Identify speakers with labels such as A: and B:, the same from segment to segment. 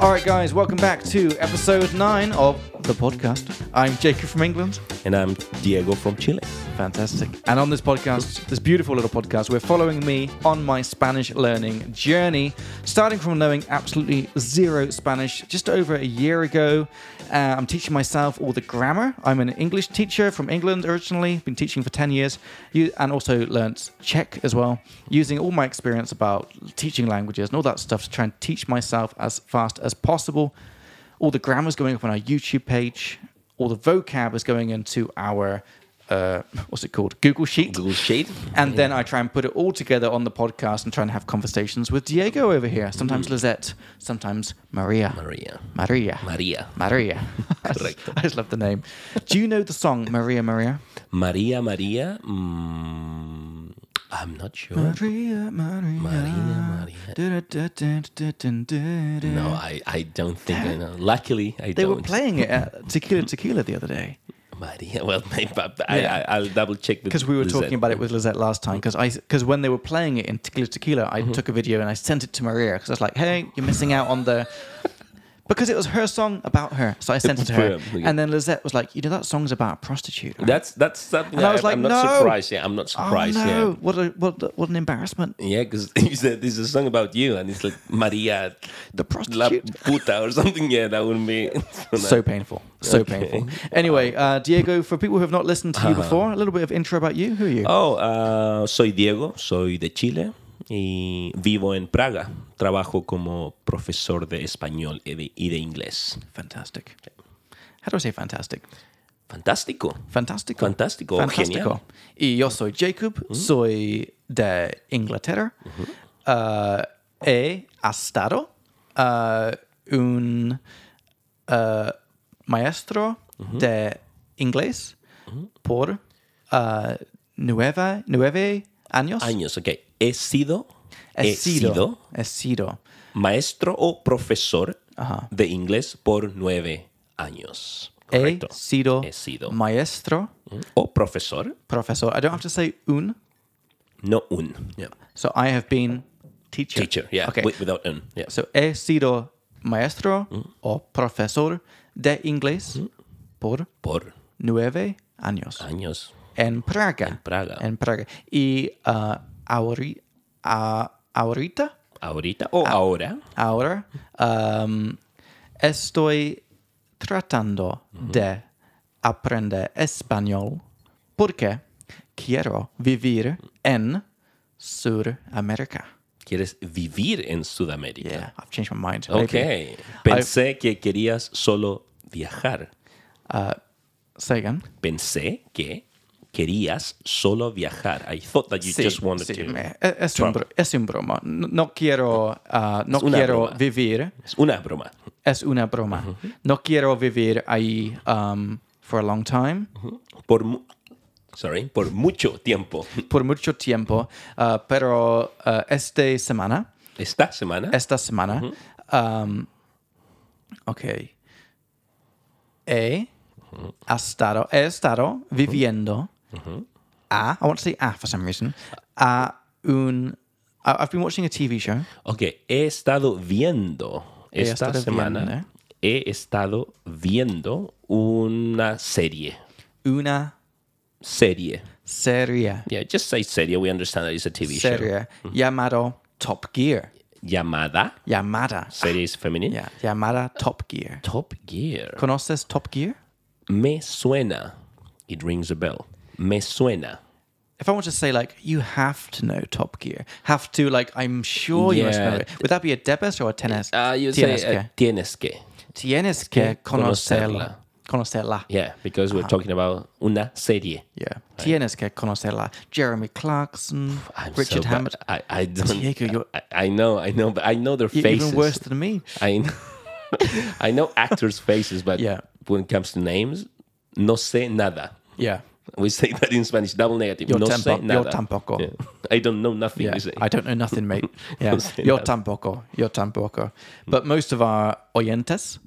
A: All right, guys, welcome back to episode nine of the podcast. I'm Jacob from England.
B: And I'm Diego from Chile.
A: Fantastic. And on this podcast, this beautiful little podcast, we're following me on my Spanish learning journey, starting from knowing absolutely zero Spanish just over a year ago. Uh, I'm teaching myself all the grammar. I'm an English teacher from England originally, been teaching for 10 years, you- and also learnt Czech as well, using all my experience about teaching languages and all that stuff to try and teach myself as fast as possible. All the grammar's going up on our YouTube page. All the vocab is going into our uh, what's it called? Google Sheet.
B: Google Sheet.
A: And then I try and put it all together on the podcast and try and have conversations with Diego over here. Sometimes
B: Mm.
A: Lizette, sometimes Maria.
B: Maria.
A: Maria.
B: Maria.
A: Maria. I just-
B: Correcto.
A: I just love the name. Do you know the song Maria Maria?
B: Maria, Maria. Mm, I'm not sure.
A: Maria Maria.
B: Maria, No, I, I don't think I know. Luckily, I
A: They
B: don't.
A: were playing it at Tequila Tequila the other day.
B: Maria. Well, maybe, but I,
A: Yeah.
B: I, I'll double check
A: because we were talking about it with Lizette last time. Because I because when they were playing it in Tequila Tequila, I
B: Mm-hmm.
A: took a video and I sent it to Maria because I was like, "Hey, you're missing out on the." Because it was her song about her, so I sent it to her,
B: Yeah.
A: and then Lizette was like, "You know that song's about a prostitute." right?"
B: That's that's something.
A: And I was like,
B: am not
A: no.
B: surprised. Yeah, I'm not
A: oh
B: surprised.
A: no!
B: Yeah.
A: What a what a- what an embarrassment!
B: Yeah, because you said this is a song about you, and it's like Maria
A: The
B: la
A: prostitute.
B: puta or something. Yeah, that wouldn't be.
A: so painful, so
B: Okay. Uh-huh.
A: painful. Anyway, uh, Diego, for people who have not listened to you before, a little bit of intro about you. Who are you?
B: Oh, ah, soy Diego, soy de Chile y vivo en Praga. Trabajo como profesor de español y de, y de inglés.
A: Fantastic. How do I say fantastic?
B: Fantástico.
A: Fantástico.
B: Fantástico, genial.
A: Y yo soy Jacob,
B: Mm-hmm.
A: soy de Inglaterra. Uh, he estado uh, un uh, maestro
B: Mm-hmm.
A: de inglés por uh, nueve, nueve años.
B: Años, ok. He sido,
A: He sido. He sido.
B: maestro o profesor de inglés por nueve años.
A: He
B: Correcto.
A: sido,
B: He sido.
A: maestro,
B: O profesor,
A: profesor. I don't have to say un,
B: no un. Yeah.
A: so I have been teacher.
B: Teacher, yeah.
A: Okay.
B: wi- without un. Yeah.
A: So he sido maestro o profesor de inglés por
B: Por
A: nueve años
B: años.
A: en Praga. Ah. En
B: Praga.
A: En Praga. Y ah, ahori- ah, ahorita,
B: Ahorita o
A: ah.
B: ahora.
A: ahora, um, estoy tratando de aprender español porque quiero vivir en Sudamérica.
B: Quieres vivir en Sudamérica.
A: Yeah, I've changed my mind.
B: Ok.
A: Maybe.
B: Pensé que querías solo viajar.
A: Say again.
B: Pensé que querías solo viajar. I thought that you
A: Sí,
B: just wanted
A: sí,
B: to.
A: me- e- es, un bro- es un broma. No, no quiero, ah, no
B: Es una
A: quiero
B: broma.
A: vivir.
B: Es una broma.
A: Es una broma. No quiero vivir ahí um, for a long time,
B: Por, mu- sorry, por mucho tiempo.
A: por mucho tiempo. Ah, pero ah, esta semana,
B: Esta semana
A: esta semana, um, ok, he estado, he estado viviendo a, I want to say a for some reason, a un, I- I've been watching a TV show.
B: Ok, he estado viendo
A: He
B: esta
A: estado
B: semana.
A: viendo. ¿eh?
B: He estado viendo una serie.
A: una
B: Serie.
A: serie,
B: Yeah, just say serie. We understand that it's a TV show. Hmm.
A: serie llamado Top Gear.
B: Llamada.
A: Llamada.
B: Serie es femenina.
A: Yeah, llamada Top Gear.
B: Top Gear.
A: ¿Conoces Top Gear?
B: Me suena. It rings a bell. Me suena.
A: If I want to say like you have to know Top Gear, have to like I'm sure you must know
B: Yeah.
A: it. Would that be a debes or a tenes?
B: Ah, you say
A: tienes
B: uh,
A: que.
B: tienes que.
A: Tienes que conocerla.
B: conocerla.
A: Conocerla.
B: Yeah, because
A: Ah.
B: we're talking about una serie.
A: Yeah. Tienes que conocerla. Jeremy Clarkson,
B: I'm so
A: Richard
B: bad.
A: Hammond.
B: I, I don't.
A: Diego, you're-
B: I, I know, I know, but I know their
A: You're
B: faces.
A: E- even worse than me.
B: I know, I know actors' faces, but
A: Yeah.
B: when it comes to names, no sé nada.
A: Yeah.
B: We say that in Spanish, double negative.
A: Yo
B: no
A: tampo-
B: sé
A: yo
B: nada.
A: tampoco.
B: Yeah. I don't know nothing.
A: Yeah,
B: we say.
A: I don't know nothing, mate. Yeah,
B: say
A: yo
B: nothing.
A: tampoco, yo tampoco. But most of our oyentes,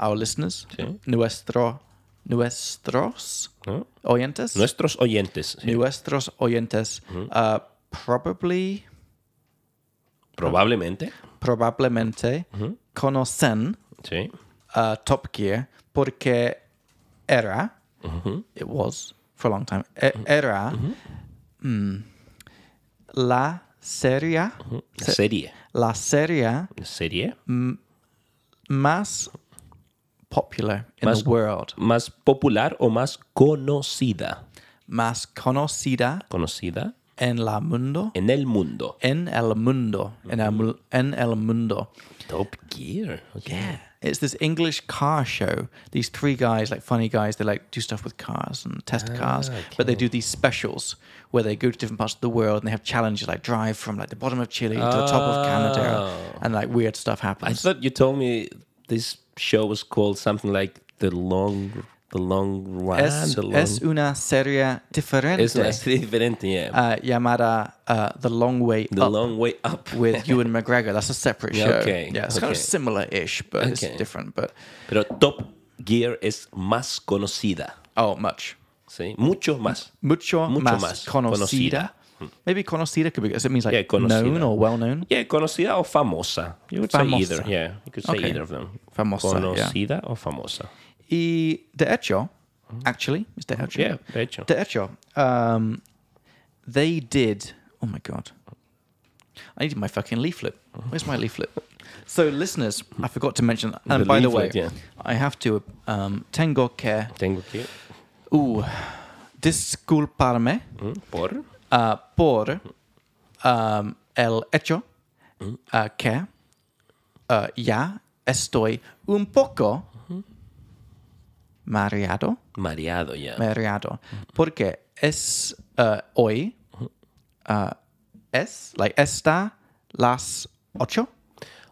A: our listeners, nuestro, nuestros
B: No?
A: oyentes,
B: Nuestros oyentes. sí.
A: nuestros oyentes, uh, probably
B: Probablemente.
A: probablemente conocen
B: Sí.
A: uh, Top Gear porque era, it was for a long time, e- era mm, la serie,
B: La serie.
A: la serie
B: La serie
A: más popular in
B: Más-
A: the world,
B: más popular o más conocida.
A: más conocida
B: Conocida
A: en la mundo,
B: en el mundo.
A: en el mundo, en el, mu- en el mundo.
B: Top Gear. Yeah.
A: It's this English car show. These three guys, like funny guys, they like do stuff with cars and test cars, but they do these specials where they go to different parts of the world and they have challenges like drive from like the bottom of Chile to the top of Canada, and like weird stuff
B: I
A: happens.
B: thought you told me this show was called something like the long, the long run.
A: Es,
B: the long,
A: es una serie
B: es una
A: diferente
B: serie diferente. Yeah.
A: uh, llamada uh, The Long Way
B: the
A: Up
B: long way up.
A: with Ewan McGregor. That's a separate show.
B: okay,
A: Yeah, it's kind of
B: okay.
A: similar-ish, but
B: Okay.
A: it's different. But
B: Pero Top Gear es más conocida.
A: oh, much.
B: Sí, mucho más.
A: mucho,
B: Mucho
A: más,
B: más
A: conocida. Maybe conocida could be good. So it means like
B: Yeah, conocida.
A: known or well known.
B: Yeah, conocida o famosa. You would
A: Famosa.
B: say either. Yeah, you could say
A: Okay.
B: either of them.
A: Famosa,
B: Conocida o famosa.
A: Y de hecho, actually, it's de hecho.
B: Yeah, de hecho.
A: De hecho, um, they did. Oh my god, I needed my fucking leaflet. Where's my leaflet? So, listeners, I forgot to mention. And
B: The
A: by
B: leaflet,
A: the way,
B: yeah.
A: I have to. Um, tengo que.
B: Tengo que.
A: Uh, disculparme
B: mm, Por.
A: uh, por um, el hecho uh, que uh, ya estoy un poco mareado,
B: Mareado ya.
A: mareado, porque es uh, hoy, uh, es, like, está las ocho,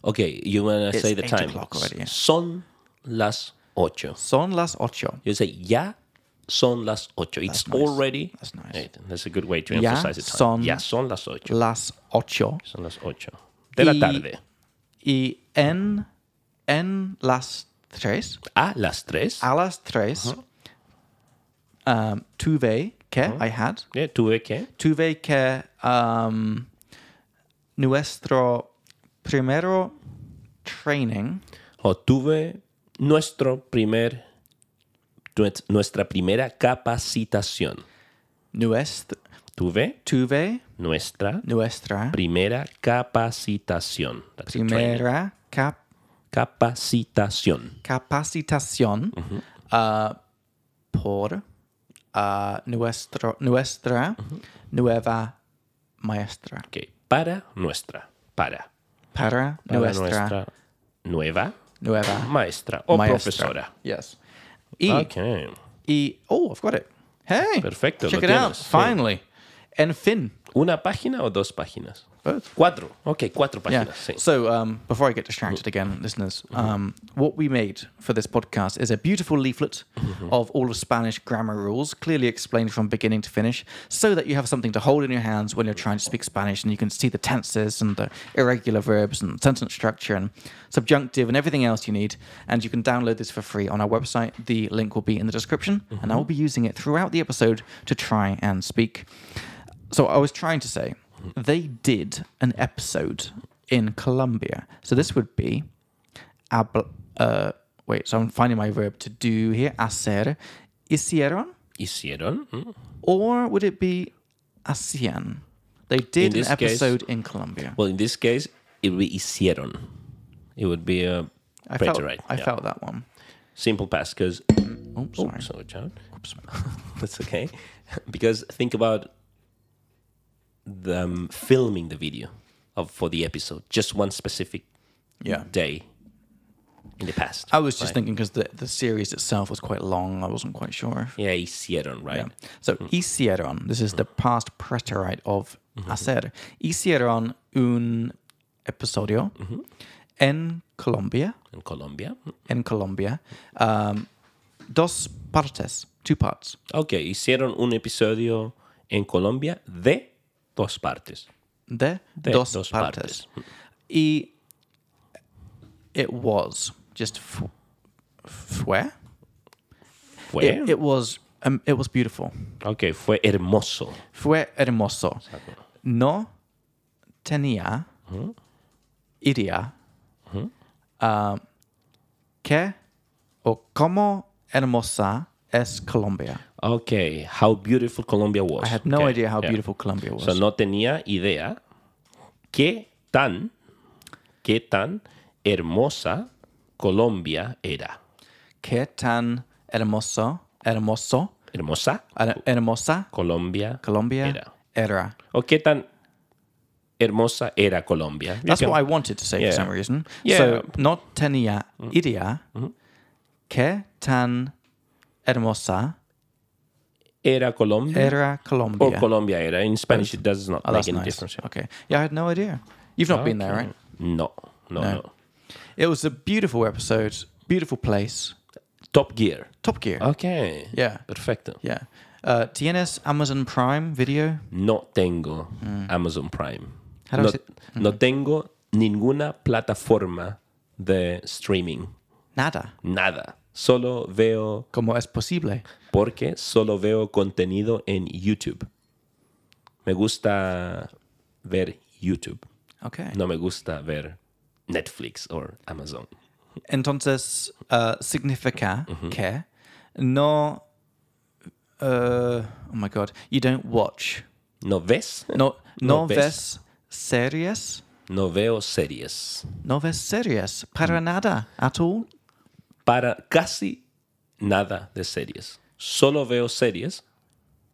B: Okay, you wanna
A: It's
B: say the
A: eight
B: time.
A: o'clock already, yeah.
B: Son las ocho.
A: son las ocho.
B: You say ya son las ocho. It's
A: nice.
B: already.
A: That's nice.
B: eight. That's a good way to
A: Ya
B: emphasize the time.
A: son-
B: ya son las ocho.
A: Las ocho.
B: Son las ocho. De la
A: Y-
B: tarde.
A: Y en, en las tres,
B: A Ah, las tres.
A: a las tres, um, tuve que, I had,
B: Yeah, tuve que.
A: tuve que um, nuestro primero training
B: O tuve nuestro primer. nuet- Nuestra primera capacitación.
A: nuestro
B: Tuve
A: tuve
B: nuestra
A: nuestra
B: primera capacitación. That's a training.
A: primera cap-
B: Capacitación.
A: capacitación uh, por uh, nuestro nuestra nueva maestra
B: Ok, Para nuestra. Para.
A: para,
B: Para
A: nuestra,
B: nueva
A: nueva
B: maestra o
A: maestra
B: profesora.
A: yes y
B: Ok,
A: y oh I've got it hey
B: Perfecto,
A: check
B: lo
A: it out
B: tienes, sí.
A: finally en fin
B: ¿Una página o dos páginas?
A: Both.
B: Cuatro. Ok, cuatro
A: Yeah.
B: páginas. Sí.
A: So um, before I get distracted again, listeners, um, what we made for this podcast is a beautiful leaflet of all of Spanish grammar rules, clearly explained from beginning to finish, so that you have something to hold in your hands when you're trying to speak Spanish, and you can see the tenses and the irregular verbs and sentence structure and subjunctive and everything else you need. And you can download this for free on our website. The link will be in the description, and I will be using it throughout the episode to try and speak. So I was trying to say they did an episode in Colombia. So this would be habl- uh wait, so I'm finding my verb to do here hacer hicieron
B: Hicieron. mm,
A: or would it be hacían? They did an
B: this case-
A: episode in Colombia.
B: Well, in this case, it would be hicieron. It would be a
A: I felt
B: preterite.
A: I
B: yeah.
A: felt that one.
B: Simple past because.
A: Oh,
B: Oh,
A: sorry.
B: sorry, John. That's okay. because think about the um, filming the video of for the episode, just one specific
A: Yeah.
B: day in the past.
A: I was just thinking because the, the series itself was quite long. I wasn't quite sure. If,
B: Yeah, hicieron, right? Mm. Mm-hmm.
A: yeah. So hicieron. This is the past preterite of hacer. Hicieron un episodio
B: Mm-hmm.
A: en Colombia.
B: In Colombia.
A: in Colombia. Um, dos partes, two parts.
B: Ok, hicieron un episodio en Colombia de dos partes.
A: De,
B: De
A: dos,
B: dos
A: partes. Y it was just f- fue.
B: Fue,
A: It, it was um, it was beautiful.
B: ok, fue hermoso.
A: Fue hermoso. No tenía iría. Ah, ¿Qué o cómo hermosa es Colombia?
B: Okay, how beautiful Colombia was.
A: I had no
B: Okay,
A: idea how
B: yeah.
A: beautiful Colombia was.
B: So no tenía idea qué tan, qué tan hermosa Colombia era.
A: ¿Qué tan hermoso, hermoso,
B: Hermosa
A: her- hermosa
B: Colombia.
A: Colombia
B: Era.
A: era.
B: O qué tan hermosa era Colombia. You
A: That's
B: can-
A: what I wanted to say
B: Yeah.
A: for some reason.
B: Yeah. Mm. Mm-hmm.
A: So, not tenía idea que tan hermosa
B: era Colombia.
A: era
B: Mm. or
A: Colombia.
B: Colombia era. In Spanish, it does not
A: oh,
B: make
A: that's
B: any
A: nice.
B: difference.
A: Okay. Yeah, I had no idea. You've not been there,
B: Okay.
A: right?
B: No, no, no,
A: It was a beautiful episode, beautiful place.
B: Top Gear.
A: Top Gear.
B: Uh. Okay.
A: Yeah.
B: Perfecto.
A: Yeah. Uh, tienes Amazon Prime Video?
B: No tengo Amazon Prime.
A: Mm. How
B: No,
A: does it- Mm.
B: no tengo ninguna plataforma de streaming.
A: Nada.
B: Nada. Solo veo,
A: ¿Cómo es posible?
B: porque solo veo contenido en YouTube. Me gusta ver YouTube.
A: Okay.
B: No me gusta ver Netflix o Amazon.
A: Entonces, uh, significa que no. Uh, oh my god, you don't watch.
B: ¿No ves?
A: No, no,
B: No
A: ves series.
B: No veo series.
A: No ves series. Para
B: Mm.
A: nada at all.
B: Para casi nada de series. Solo veo series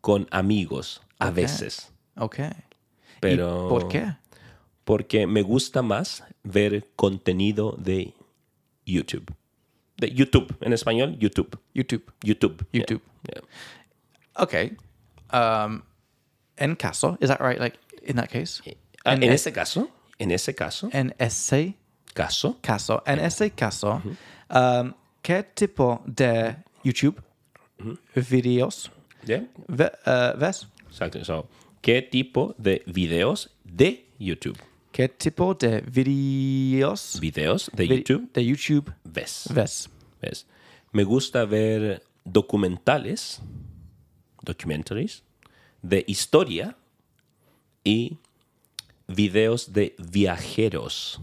B: con amigos a veces.
A: Okay. ¿Y
B: Pero
A: ¿Por qué?
B: porque me gusta más ver contenido de YouTube. De YouTube, en español, YouTube.
A: YouTube.
B: YouTube. yeah,
A: YouTube.
B: yeah.
A: Okay. Um, en caso, is that right? Like, in that case?
B: Ah,
A: En
B: en
A: es-
B: ese caso, en ese caso,
A: En ese
B: caso,
A: caso,
B: Eh.
A: en ese caso, um, ¿qué tipo de YouTube videos
B: yeah,
A: ve- uh, ves?
B: exacto. so, ¿qué tipo de videos de YouTube?
A: ¿Qué tipo de videos
B: Videos de
A: vi-
B: YouTube,
A: de YouTube
B: ves.
A: ves?
B: ¿Ves? Me gusta ver documentales, documentaries, de historia y videos de viajeros.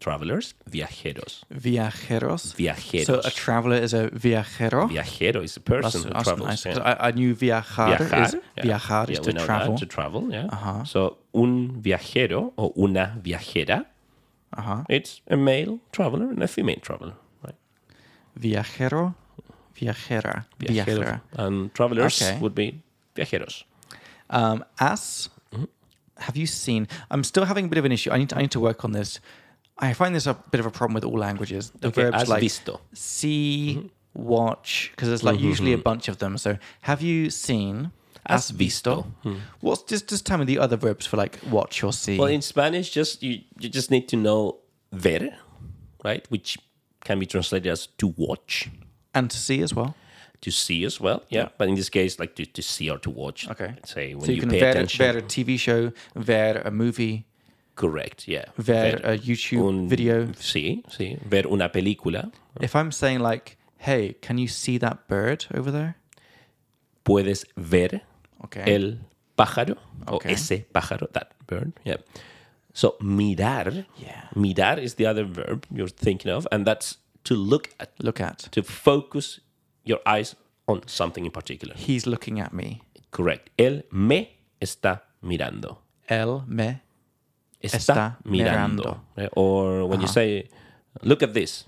B: Travelers, viajeros.
A: Viajeros.
B: Viajeros.
A: So a traveler is a viajero.
B: Viajero is a person
A: That's,
B: who
A: that's
B: travels.
A: nice.
B: yeah.
A: 'cause I, I knew viajar, is
B: yeah.
A: viajar is to
B: Yeah, we know that,
A: travel. Uh-huh.
B: to travel, yeah. So, un viajero o una viajera,
A: Uh-huh.
B: it's a male traveler and a female traveler. Right?
A: Viajero, viajera, viajera.
B: And travelers
A: Okay.
B: would be viajeros.
A: Um, as
B: Mm-hmm.
A: have you seen? I'm still having a bit of an issue. I need to, I need to work on this. I find this a bit of a problem with all languages. The
B: Okay,
A: verbs
B: has
A: like
B: visto.
A: see, watch, because there's like usually
B: Mm-hmm.
A: a bunch of them. So have you seen?
B: Has visto. Hmm.
A: What's just just tell me the other verbs for like watch or see?
B: Well, in Spanish, just you, you just need to know ver, right? Which can be translated as to watch,
A: and to see as well.
B: to see as well. Yeah, but in this case, like to, to see or to watch.
A: Okay.
B: let's Say when
A: So you,
B: you,
A: can
B: pay
A: ver,
B: attention.
A: ver a TV show, ver a movie,
B: Correct. Yeah.
A: ver, a YouTube
B: un
A: video.
B: Sí, sí. Ver una película.
A: If I'm saying like, hey, can you see that bird over there?
B: Puedes ver
A: Okay.
B: el pájaro
A: Okay.
B: o ese pájaro, that bird. Yeah. So mirar.
A: Yeah.
B: Mirar is the other verb you're thinking of, and that's to look at
A: Look at.
B: to focus your eyes on something in particular.
A: He's looking at me.
B: Correct. Él me está mirando.
A: Él me. Está
B: Está,
A: mirando.
B: mirando. Eh, Or when you say, look at this,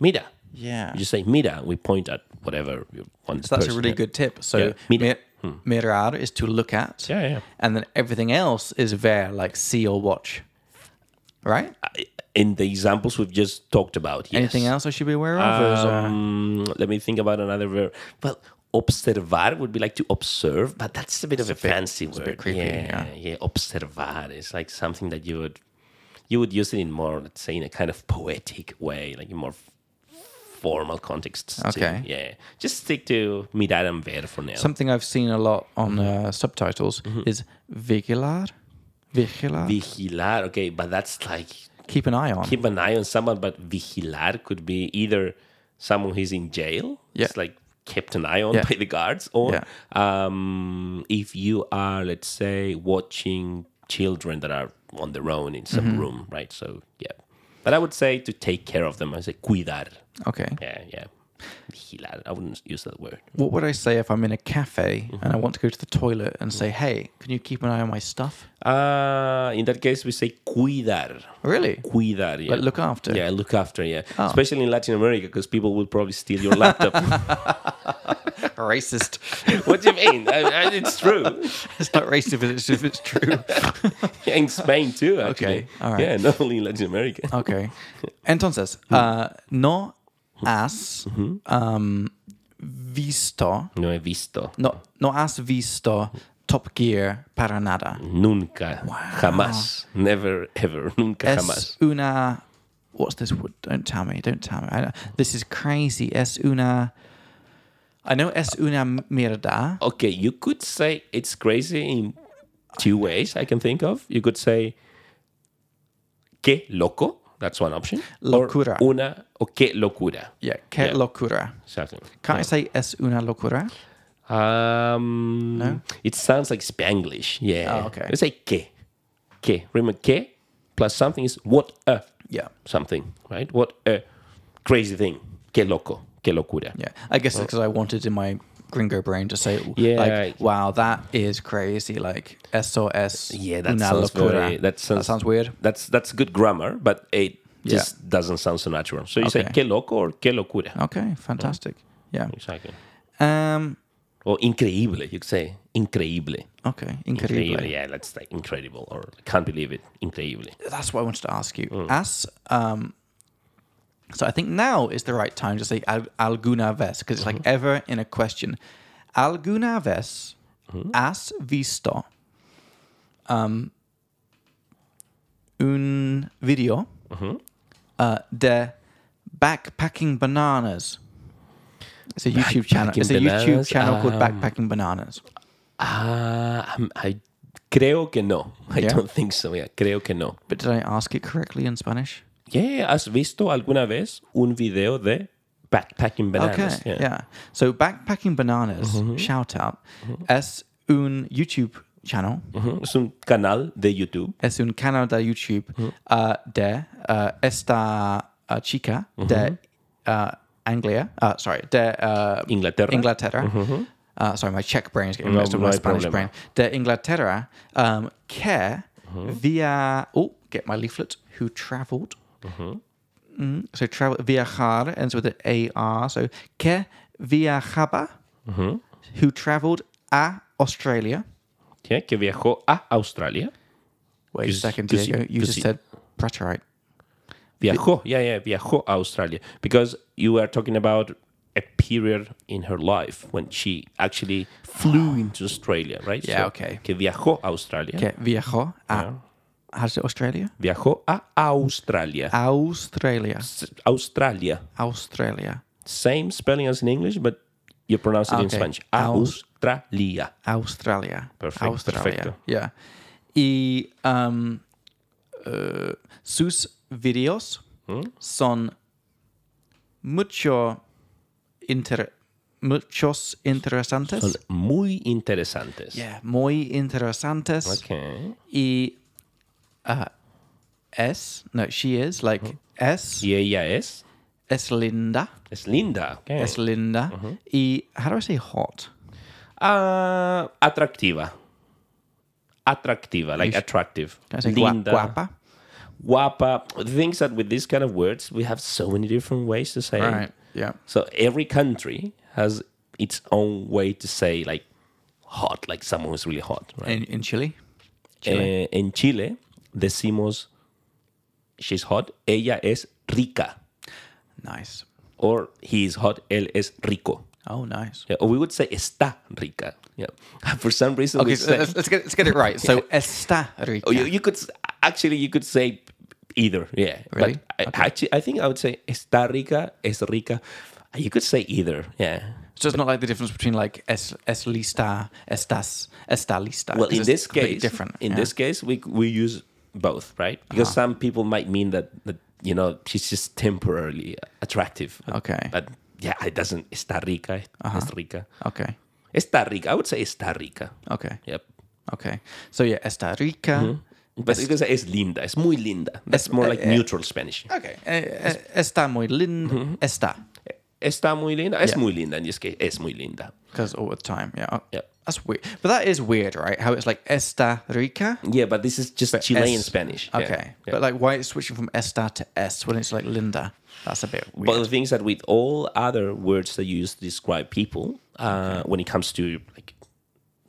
B: mira.
A: Yeah.
B: You say mira, we point at whatever you want.
A: So that's a
B: person,
A: really
B: yeah.
A: good tip. So
B: Yeah. Mira- Hmm.
A: mi- mirar is to look at.
B: Yeah, yeah.
A: And then everything else is ver, like see or watch. Right?
B: I- In the examples we've just talked about, yes.
A: Anything else I should be aware of? Or is, uh,
B: Um, let me think about another verb. Well, observar would be like to observe, but that's a bit of a, fancy word.
A: bit creepy,
B: yeah, yeah. Observar is like something that you would you would use it in more, let's say, in a kind of poetic way, like in more f- formal contexts. too.
A: Okay.
B: Yeah. Just stick to mirar and ver for now.
A: Something I've seen a lot on
B: Mm-hmm.
A: uh, subtitles is vigilar. Vigilar.
B: vigilar, okay, but that's like
A: Keep an eye on.
B: keep an eye on someone, but vigilar could be either someone who's in jail,
A: Yeah.
B: it's like kept an eye on
A: Yeah.
B: by the guards, or
A: Yeah.
B: um, if you are, let's say, watching children that are on their own in some
A: Mm-hmm.
B: room, right? So yeah, but I would say to take care of them. I say cuidar.
A: Okay.
B: Yeah, yeah. Vigilar. I wouldn't use that word.
A: What would I say if I'm in a cafe
B: Mm-hmm.
A: and I want to go to the toilet and say, hey, can you keep an eye on my stuff?
B: Uh, in that case, we say cuidar.
A: Really?
B: Cuidar. Yeah.
A: Like, look after. Oh.
B: Yeah, look after. Yeah, especially in Latin America, because people will probably steal your laptop.
A: Racist.
B: what do you mean? I, I, it's true.
A: it's not racist if it's, if it's true.
B: Yeah, in Spain too. Actually.
A: Okay, all right.
B: Yeah, not only in Latin America.
A: Okay. Entonces, uh, no
B: Mm-hmm.
A: has um, visto,
B: No he visto.
A: no, no has visto Top Gear para nada.
B: Nunca, jamás, never, ever, nunca,
A: Es
B: jamás.
A: una. What's this word? Don't tell me. Don't tell me. I, this is crazy. Es una. I know es una mierda.
B: Okay, you could say it's crazy in two ways I can think of. You could say que loco, that's one option.
A: Locura.
B: Or una o que locura.
A: Yeah. Que
B: Yeah.
A: locura.
B: Exactly.
A: Can't I say es una locura?
B: Um,
A: No?
B: It sounds like Spanglish. Yeah.
A: Oh, okay.
B: Let's say que. Que. Remember que plus something is what a
A: Yeah.
B: something, right? What a crazy thing. Que loco. Que locura.
A: Yeah. I guess it's because I wanted in my gringo brain to say,
B: Yeah,
A: like,
B: right.
A: wow, that is crazy. Like, eso es
B: Yeah, that
A: una
B: sounds
A: locura.
B: very- that sounds-
A: weird.
B: That's that's good grammar, but it
A: Yeah.
B: just doesn't sound so natural. So you say
A: Okay. Oh.
B: que loco or que locura.
A: Okay. Fantastic. Yeah.
B: Exactly.
A: Um.
B: Or increíble, you could say increíble.
A: Okay.
B: Increíble.
A: Increíble.
B: Yeah, let's say incredible or can't believe it. Increíble.
A: that's what I wanted to ask you.
B: Mm.
A: As um, so I think now is the right time to say al- alguna vez because it's like
B: Mm-hmm.
A: ever in a question. Alguna vez
B: Mm-hmm.
A: has visto um, un video
B: Mm-hmm.
A: uh, de backpacking bananas. It's a YouTube channel.
B: Backpacking
A: It's a YouTube
B: bananas,
A: channel called
B: um,
A: Backpacking Bananas.
B: Ah, I'm- I creo que no. I
A: um, Yeah?
B: don't think so. Yeah, creo que no.
A: But did I ask it correctly in Spanish?
B: Yeah, ¿has visto alguna vez un video de backpacking bananas?
A: Okay, yeah. So backpacking bananas, shout out. Es un YouTube channel,
B: Mhm, Es un canal de YouTube.
A: es un canal de YouTube uh, de uh, esta uh, chica de uh, Anglia, uh, sorry, de uh,
B: Inglaterra.
A: Inglaterra. Uh, sorry, my Czech brain is getting mixed
B: Mm-hmm. No,
A: up with my
B: no hay
A: Spanish
B: problema.
A: brain. De Inglaterra, um, que
B: Mm-hmm.
A: via, oh, get my leaflet, who traveled.
B: Mm-hmm.
A: Mm, so travel, viajar ends with an AR. So que viajaba,
B: Mm-hmm.
A: who traveled a Australia.
B: yeah, que viajó a Australia.
A: Wait a
B: Cus-
A: second,
B: cusi-
A: Diego, you just
B: cusi-
A: said preterite.
B: Viajó, yeah, yeah, viajó a Australia. Because you are talking about a period in her life when she actually flew into Australia, right?
A: Yeah, okay.
B: Que viajó a Australia.
A: Que viajó a, how's it, Australia?
B: Viajó a Australia.
A: Ah. Australia.
B: S- Australia.
A: Australia.
B: Same spelling as in English, but you pronounce it in
A: Okay.
B: Spanish.
A: Aus-
B: Australia.
A: Australia.
B: Perfect,
A: Australia.
B: perfecto.
A: Yeah. Y um, eh, sus videos
B: Hmm?
A: son mucho inter muchos interesantes.
B: Son muy interesantes.
A: yeah, muy interesantes.
B: Okay.
A: Y uh, es, no, she is, like,
B: Uh-huh.
A: es,
B: Y ella es.
A: es linda,
B: Es linda. Okay.
A: es linda.
B: Uh-huh.
A: Y, how do I say hot?
B: Ah, atractiva. Atractiva, like attractive.
A: Can I say gua- guapa?
B: Guapa. The things that with these kind of words, we have so many different ways to say. it.
A: Right, yeah.
B: So every country has its own way to say like hot, like someone who's really hot, right?
A: In, in Chile?
B: Eh, en Chile decimos she's hot, ella es rica,
A: Nice.
B: or he is hot, él es rico.
A: Oh, nice.
B: Yeah, or we would say está rica. Yeah. For some reason,
A: Okay,
B: we
A: so
B: say,
A: let's, let's get, let's get it right. So está rica.
B: Oh, you, you could s- actually you could say either. Yeah,
A: Really?
B: but I, actually I think I would say está rica, es rica. Uh, You could say either. Yeah.
A: so it's not like the difference between like es, es lista, estas, está lista.
B: Well,
A: 'cause
B: in
A: it's
B: this
A: completely
B: case,
A: different.
B: In
A: yeah. Uh-huh.
B: this case, we we use both, right? Because some people might mean that that you know she's just temporarily attractive. But-
A: Okay. Uh-huh.
B: But yeah, it doesn't. Está rica. Es rica.
A: Okay.
B: Está rica. I would say está rica.
A: Okay.
B: Yep.
A: Okay. So yeah, Esta Rica.
B: But it's, it's linda. It's muy linda. That's
A: eh,
B: more like neutral Spanish.
A: Okay. Eh, eh, está muy linda.
B: Mm-hmm.
A: Está.
B: Está muy linda. Es
A: Yeah.
B: muy linda in this case. Es muy linda.
A: Because all the time. Yeah.
B: Yeah.
A: That's weird. But that is weird, right? How it's like Esta Rica.
B: Yeah, but this is just Chilean
A: S-
B: Spanish. Yeah,
A: Okay.
B: yeah.
A: But like why it's switching from Esta to S when it's like Linda? That's a bit weird.
B: But the thing is that with all other words that you use to describe people, uh, when it comes to like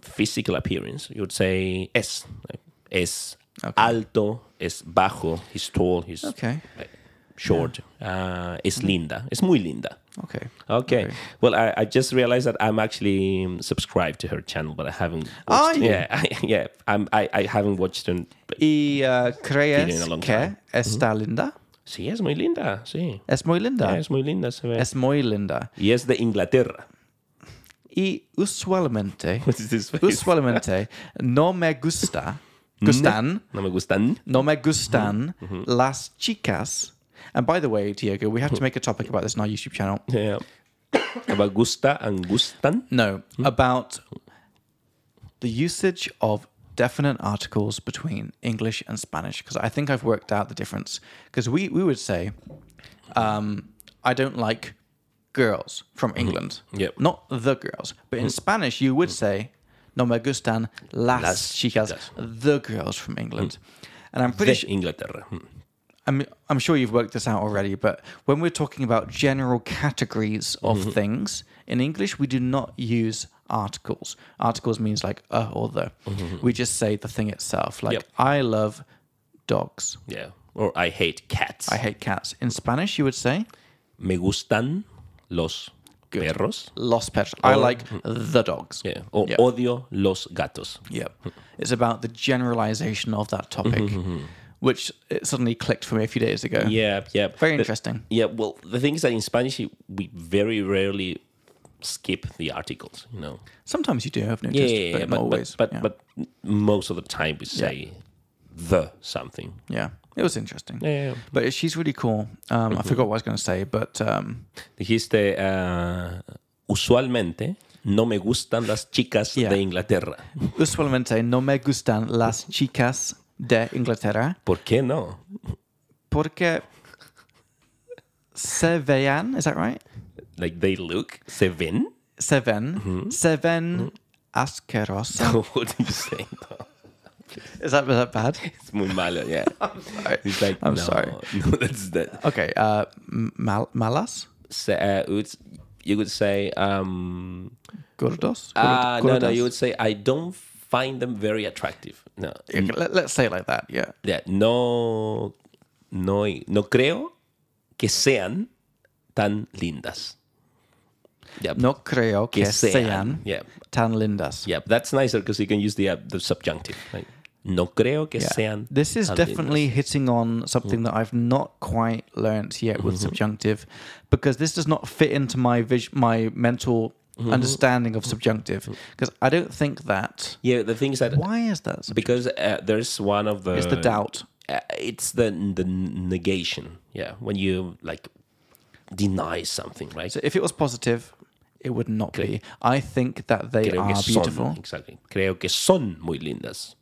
B: physical appearance, you would say es, like, es alto, es bajo, he's tall, he's
A: Okay.
B: like, short, uh, es linda, es muy linda.
A: okay.
B: Okay. Well, I, I just realized that I'm actually um, subscribed to her channel, but I haven't. Watched,
A: Are you?
B: Yeah, I, yeah. I'm, I, I haven't watched it. But
A: Y uh,
B: Been in
A: crees
B: a long
A: que
B: time. Mm-hmm.
A: está linda?
B: sí, es muy linda. Sí,
A: Es muy linda.
B: es muy linda. Se ve.
A: Es muy linda.
B: Y es de Inglaterra.
A: Y usualmente,
B: What is this face?
A: usualmente, no me gusta, gustan,
B: No me gustan.
A: no me gustan las chicas. And by the way, Diego, we have to make a topic about this on our YouTube channel.
B: Yeah. About gusta and gustan.
A: No, about the usage of definite articles between English and Spanish, because I think I've worked out the difference. Because we, we would say, um, I don't like girls from England.
B: Yep.
A: Not the girls. But
B: Mm.
A: in Spanish, you would say, no me gustan las,
B: Las Mm.
A: chicas, the girls from England. And I'm pretty
B: De
A: sure.
B: Inglaterra. Hmm.
A: I'm, I'm sure you've worked this out already, but when we're talking about general categories of
B: Mm-hmm.
A: things in English, we do not use articles. Articles means like a or the. We just say the thing itself. Like
B: Mm-hmm. Yep.
A: I love dogs.
B: Yeah. Or I hate cats.
A: I hate cats. In Spanish, you would say
B: Me gustan los perros.
A: los perros. I like
B: Mm.
A: the dogs.
B: Yeah. Or
A: Yeah.
B: odio los gatos.
A: Yep. Hmm. It's about the generalization of that topic, which it suddenly clicked for me a few days ago.
B: Mm-hmm, Yeah. Yeah.
A: Very
B: The-
A: interesting.
B: Yeah, well, the thing is that in Spanish we very rarely skip the articles, you know.
A: Sometimes you do, I've noticed,
B: Yeah, yeah,
A: but
B: yeah,
A: not
B: but,
A: always.
B: but but,
A: yeah.
B: but most of the time we say the something.
A: yeah, it was interesting.
B: Yeah, Mm-hmm.
A: But she's really cool. Um, I forgot what I was going to say, but um,
B: dijiste uh, usualmente no me gustan las chicas
A: Yeah.
B: de Inglaterra.
A: usualmente no me gustan las chicas de Inglaterra
B: ¿Por qué no?
A: porque se vean, is that right?
B: Like they look, se ven.
A: Se ven,
B: Mm-hmm.
A: se ven asquerosa.
B: What do you say? No,
A: Is that, is that bad?
B: it's muy malo. Yeah,
A: Sorry.
B: it's like
A: I'm
B: no,
A: sorry.
B: No, that's that.
A: Okay, uh, m- mal- malas,
B: Se, uh, it's, you would say um,
A: gordos.
B: Uh, no, no,
A: gordas.
B: you would say I don't find them very attractive. No,
A: Okay, let, let's say it like that, yeah.
B: yeah, no, no, no creo que sean tan lindas. Yeah,
A: No creo que,
B: que sean.
A: sean
B: Yeah,
A: tan lindas.
B: yeah, that's nicer because you can use the uh, the subjunctive. Like, no creo que
A: Yeah.
B: sean.
A: This is
B: tan
A: definitely hitting on something that I've not quite learnt yet with subjunctive, because this does not fit into my vis- my mental understanding of subjunctive. Because I don't think that.
B: lindas. Yeah, the thing is that
A: Why is that? sub-
B: because uh, there's one of the
A: It's the doubt.
B: uh, it's the the negation. Yeah, when you like deny something, right?
A: So if it was positive, it would not be. I think that they
B: creo
A: are
B: que
A: ah, beautiful.
B: son, exactly. Creo que son muy lindas.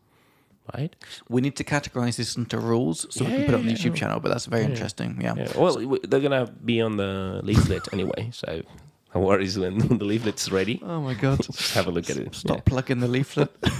B: Right?
A: We need to categorize this into rules so we can put it on the YouTube channel. But that's very interesting. Yeah.
B: Yeah, Well, w- they're going to be on the leaflet anyway, so no worries when the leaflet's ready.
A: Oh my god!
B: Just have a look at it.
A: Stop plugging the leaflet.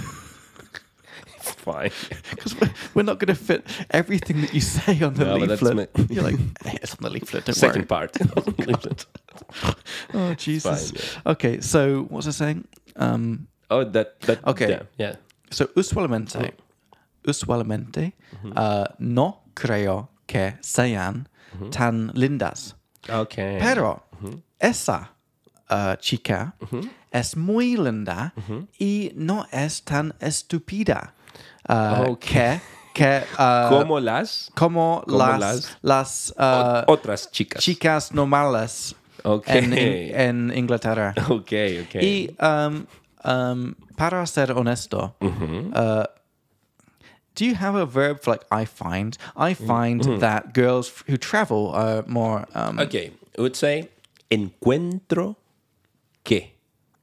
B: Yeah, it's fine.
A: Because we're, we're not going to fit everything that you say on the
B: No, but that's
A: leaflet. You're like, "Hey, it's on the leaflet. Don't
B: Second part. Leaflet.
A: worry. Oh Jesus.
B: fine,
A: Okay, so what's I saying? Um,
B: Oh, that. that
A: Okay.
B: Yeah. yeah.
A: so usualmente,
B: Oh.
A: usualmente,
B: Mm-hmm.
A: uh, no creo que sean
B: Mm-hmm.
A: tan lindas,
B: Okay.
A: pero
B: Mm-hmm.
A: esa uh, chica es muy linda
B: Mm-hmm.
A: y no es tan estúpida uh,
B: Okay.
A: que que uh,
B: Como las
A: como, las
B: las- Oh,
A: las uh,
B: otras chicas.
A: chicas normales
B: Okay.
A: en, en, en Inglaterra.
B: okay, okay.
A: Y um, um, para ser honesto, uh, do you have a verb for like I find? I find that girls f- who travel are more. Um,
B: okay. I would say encuentro que.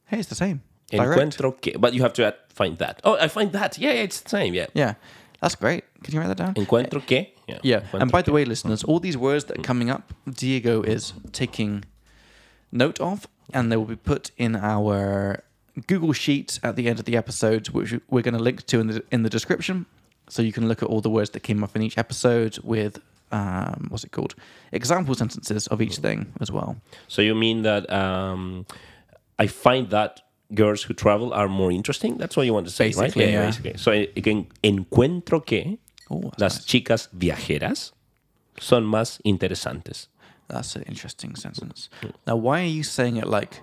A: Hey, it's the same. Direct.
B: Encuentro que. But you have to add find that. Oh, I find that. Yeah, yeah it's the same. Yeah.
A: Yeah, that's great. Can you write that down?
B: Encuentro que. Yeah.
A: Yeah, and
B: encuentro
A: by the way, listeners, all these words that are coming up, Diego is taking note of, and they will be put in our Google Sheet at the end of the episode, which we're going to link to in the in the description, so you can look at all the words that came up in each episode with um, what's it called example sentences of each thing as well.
B: So you mean that um, I find that girls who travel are more interesting? That's what you want to say,
A: Basically,
B: right?
A: yeah.
B: basically. So eh, again, encuentro que
A: Oh, that's
B: las chicas viajeras son más interesantes.
A: That's an interesting sentence. Now, why are you saying it like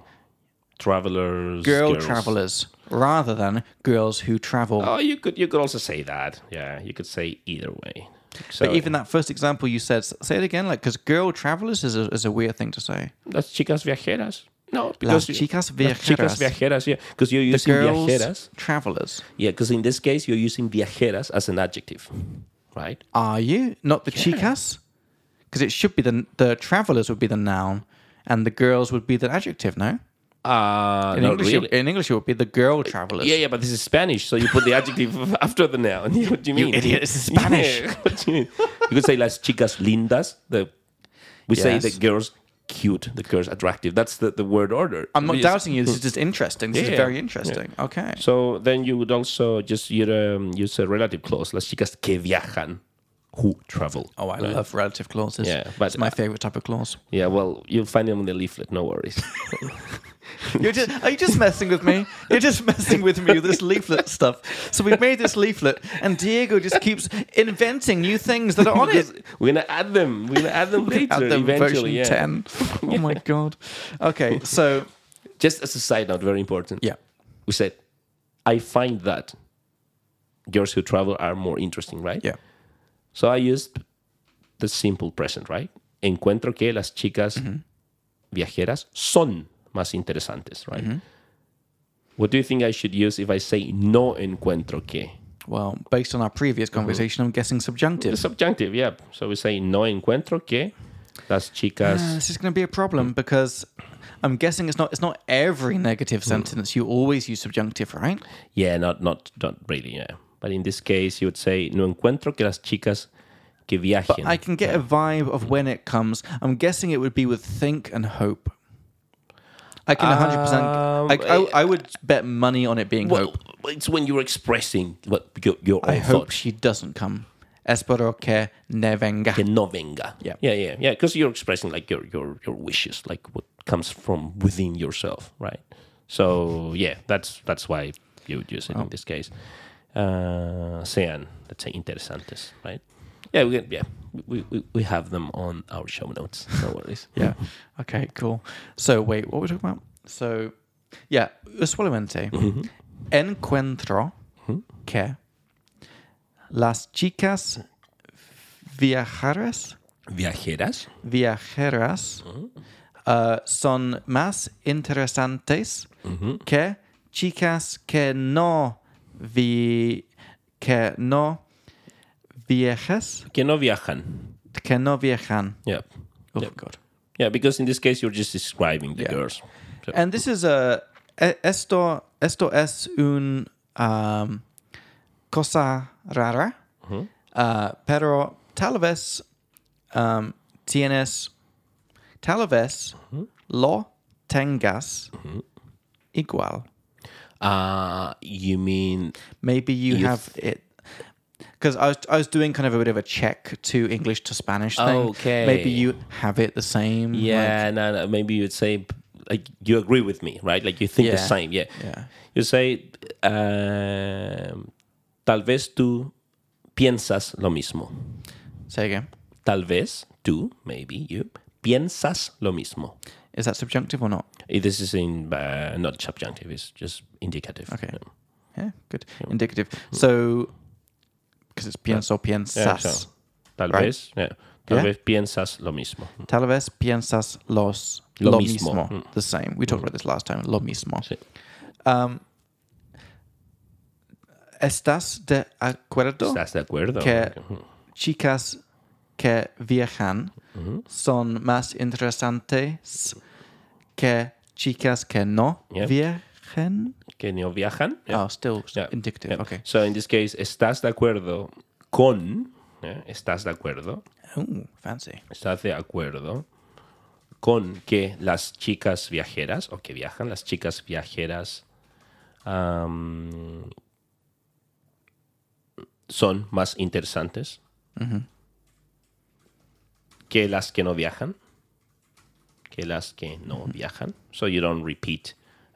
B: Travelers,
A: girl
B: girls.
A: travelers rather than girls who travel?
B: Oh, you could you could also say that. Yeah, you could say either way. So
A: But even that first example you said, say it again, like because girl travelers is a, is a weird thing to say.
B: las chicas viajeras. No, because you-
A: chicas
B: las chicas
A: viajeras.
B: viajeras. Yeah, because you're using
A: Girls
B: viajeras.
A: travelers.
B: Yeah, because in this case you're using viajeras as an adjective, right?
A: Are you not the chicas? Because it should be the the travelers would be the noun, and the girls would be the adjective. No,
B: Uh,
A: in
B: not
A: English,
B: really.
A: it, in English it would be the girl travelers.
B: Yeah, yeah, but this is Spanish, so you put the adjective after the noun. what do you mean?
A: idiot, this is Spanish.
B: Yeah, what do you, mean? you could say las chicas lindas. The we say
A: Yes.
B: the girls cute, the girls attractive. That's the, the word order.
A: I'm not
B: Yes.
A: doubting you. This is just interesting. This
B: Yeah,
A: is
B: yeah.
A: very
B: Yeah.
A: interesting. Okay.
B: So then you would also just use, um, use a relative clause, las chicas que viajan, who travel.
A: Oh, I
B: Right?
A: love relative clauses.
B: Yeah, but-
A: it's my favorite type of clause.
B: Yeah, well, you'll find them in the leaflet. No worries.
A: You're just, are you just messing with me? You're just messing with me with this leaflet stuff. So we've made this leaflet, and Diego just keeps inventing new things that are on it.
B: Because we're gonna add them. We're gonna add them later.
A: At the version
B: eventually, yeah.
A: 10. Oh my God. Okay, so.
B: Just as a side note, very important.
A: Yeah.
B: we said, I find that girls who travel are more interesting, right?
A: Yeah.
B: So I used the simple present, right? Encuentro que las chicas
A: Mm-hmm.
B: viajeras son más interesantes, right?
A: Mm-hmm.
B: What do you think I should use if I say no encuentro que?
A: Well, based on our previous
B: Mm-hmm.
A: conversation, I'm guessing
B: The
A: subjunctive.
B: subjunctive, yeah. So we say no encuentro que las
A: Uh,
B: chicas.
A: this is going to be a problem because I'm guessing it's not it's not every
B: Mm.
A: negative sentence you always use subjunctive, right?
B: Yeah, not not not really, yeah. But in this case, you would say no encuentro que las chicas que viajen.
A: I can get a vibe of when it comes. I'm guessing it would be with think and hope. I can 100%. Like, I, I, would bet money on it being
B: Well, oh,
A: hope.
B: it's when you're expressing what your, your own
A: I hope
B: thoughts.
A: she doesn't come. Espero que ne venga.
B: Que no venga.
A: Yeah.
B: yeah, yeah, yeah. Because you're expressing like your your your wishes, like what comes from within yourself, right? So yeah, that's that's why you would use it in this case. Uh, sean, let's say interesantes, right? Yeah, we yeah we, we, we have them on our show notes. No worries.
A: Yeah. Okay, cool. So, wait, what were we talking about? So, yeah, usualmente
B: Mm-hmm.
A: encuentro que las chicas viajeras
B: Viajeras.
A: viajeras uh, son más interesantes
B: mm-hmm.
A: que chicas que no vi que no viajes
B: Que no viajan.
A: que no viajan.
B: Yeah,
A: Oh God.
B: yeah. Because in this case, you're just describing the
A: Yeah.
B: girls. So-
A: And this is a e- esto esto es un um, cosa rara,
B: Uh-huh.
A: uh, pero tal vez um, tienes tal vez
B: Uh-huh.
A: lo tengas igual.
B: Uh, you mean
A: Maybe you
B: You
A: have it. Because I was, I was doing kind of a bit of a check to English to Spanish thing.
B: Okay.
A: Maybe you have it the same. like-
B: Yeah, no, no, maybe you'd say like you agree with me, right? Like you think the
A: Yeah.
B: same. Yeah,
A: yeah.
B: you say um, tal vez tú piensas lo mismo.
A: Say again.
B: Tal vez tú, maybe you piensas lo mismo.
A: Is that subjunctive or not?
B: Eh, This is in uh, not subjunctive; it's just indicative.
A: Okay.
B: Yeah.
A: Yeah, good. Indicative. So, because it's pienso,
B: Mm. Yeah,
A: piensas.
B: so, tal
A: Right.
B: vez, yeah. tal
A: Yeah.
B: vez piensas lo mismo.
A: Tal vez piensas los,
B: Lo
A: lo
B: mismo. Mm.
A: mismo. The same. We talked about this last time. Lo mismo.
B: Sí.
A: Um, ¿Estás de acuerdo
B: ¿Estás de acuerdo? Mm-hmm.
A: que chicas que viajan
B: Mm-hmm.
A: son más interesantes que chicas que no
B: Yeah.
A: viajan? viajen.
B: que no viajan. yeah.
A: Oh, still
B: Yeah.
A: indicative.
B: Yeah.
A: Okay.
B: So in this case, estás de acuerdo con, yeah, estás de acuerdo,
A: Oh, fancy.
B: estás de acuerdo con que las chicas viajeras o que viajan, las chicas viajeras am, son más interesantes que las que no viajan, que las que no viajan. So you don't repeat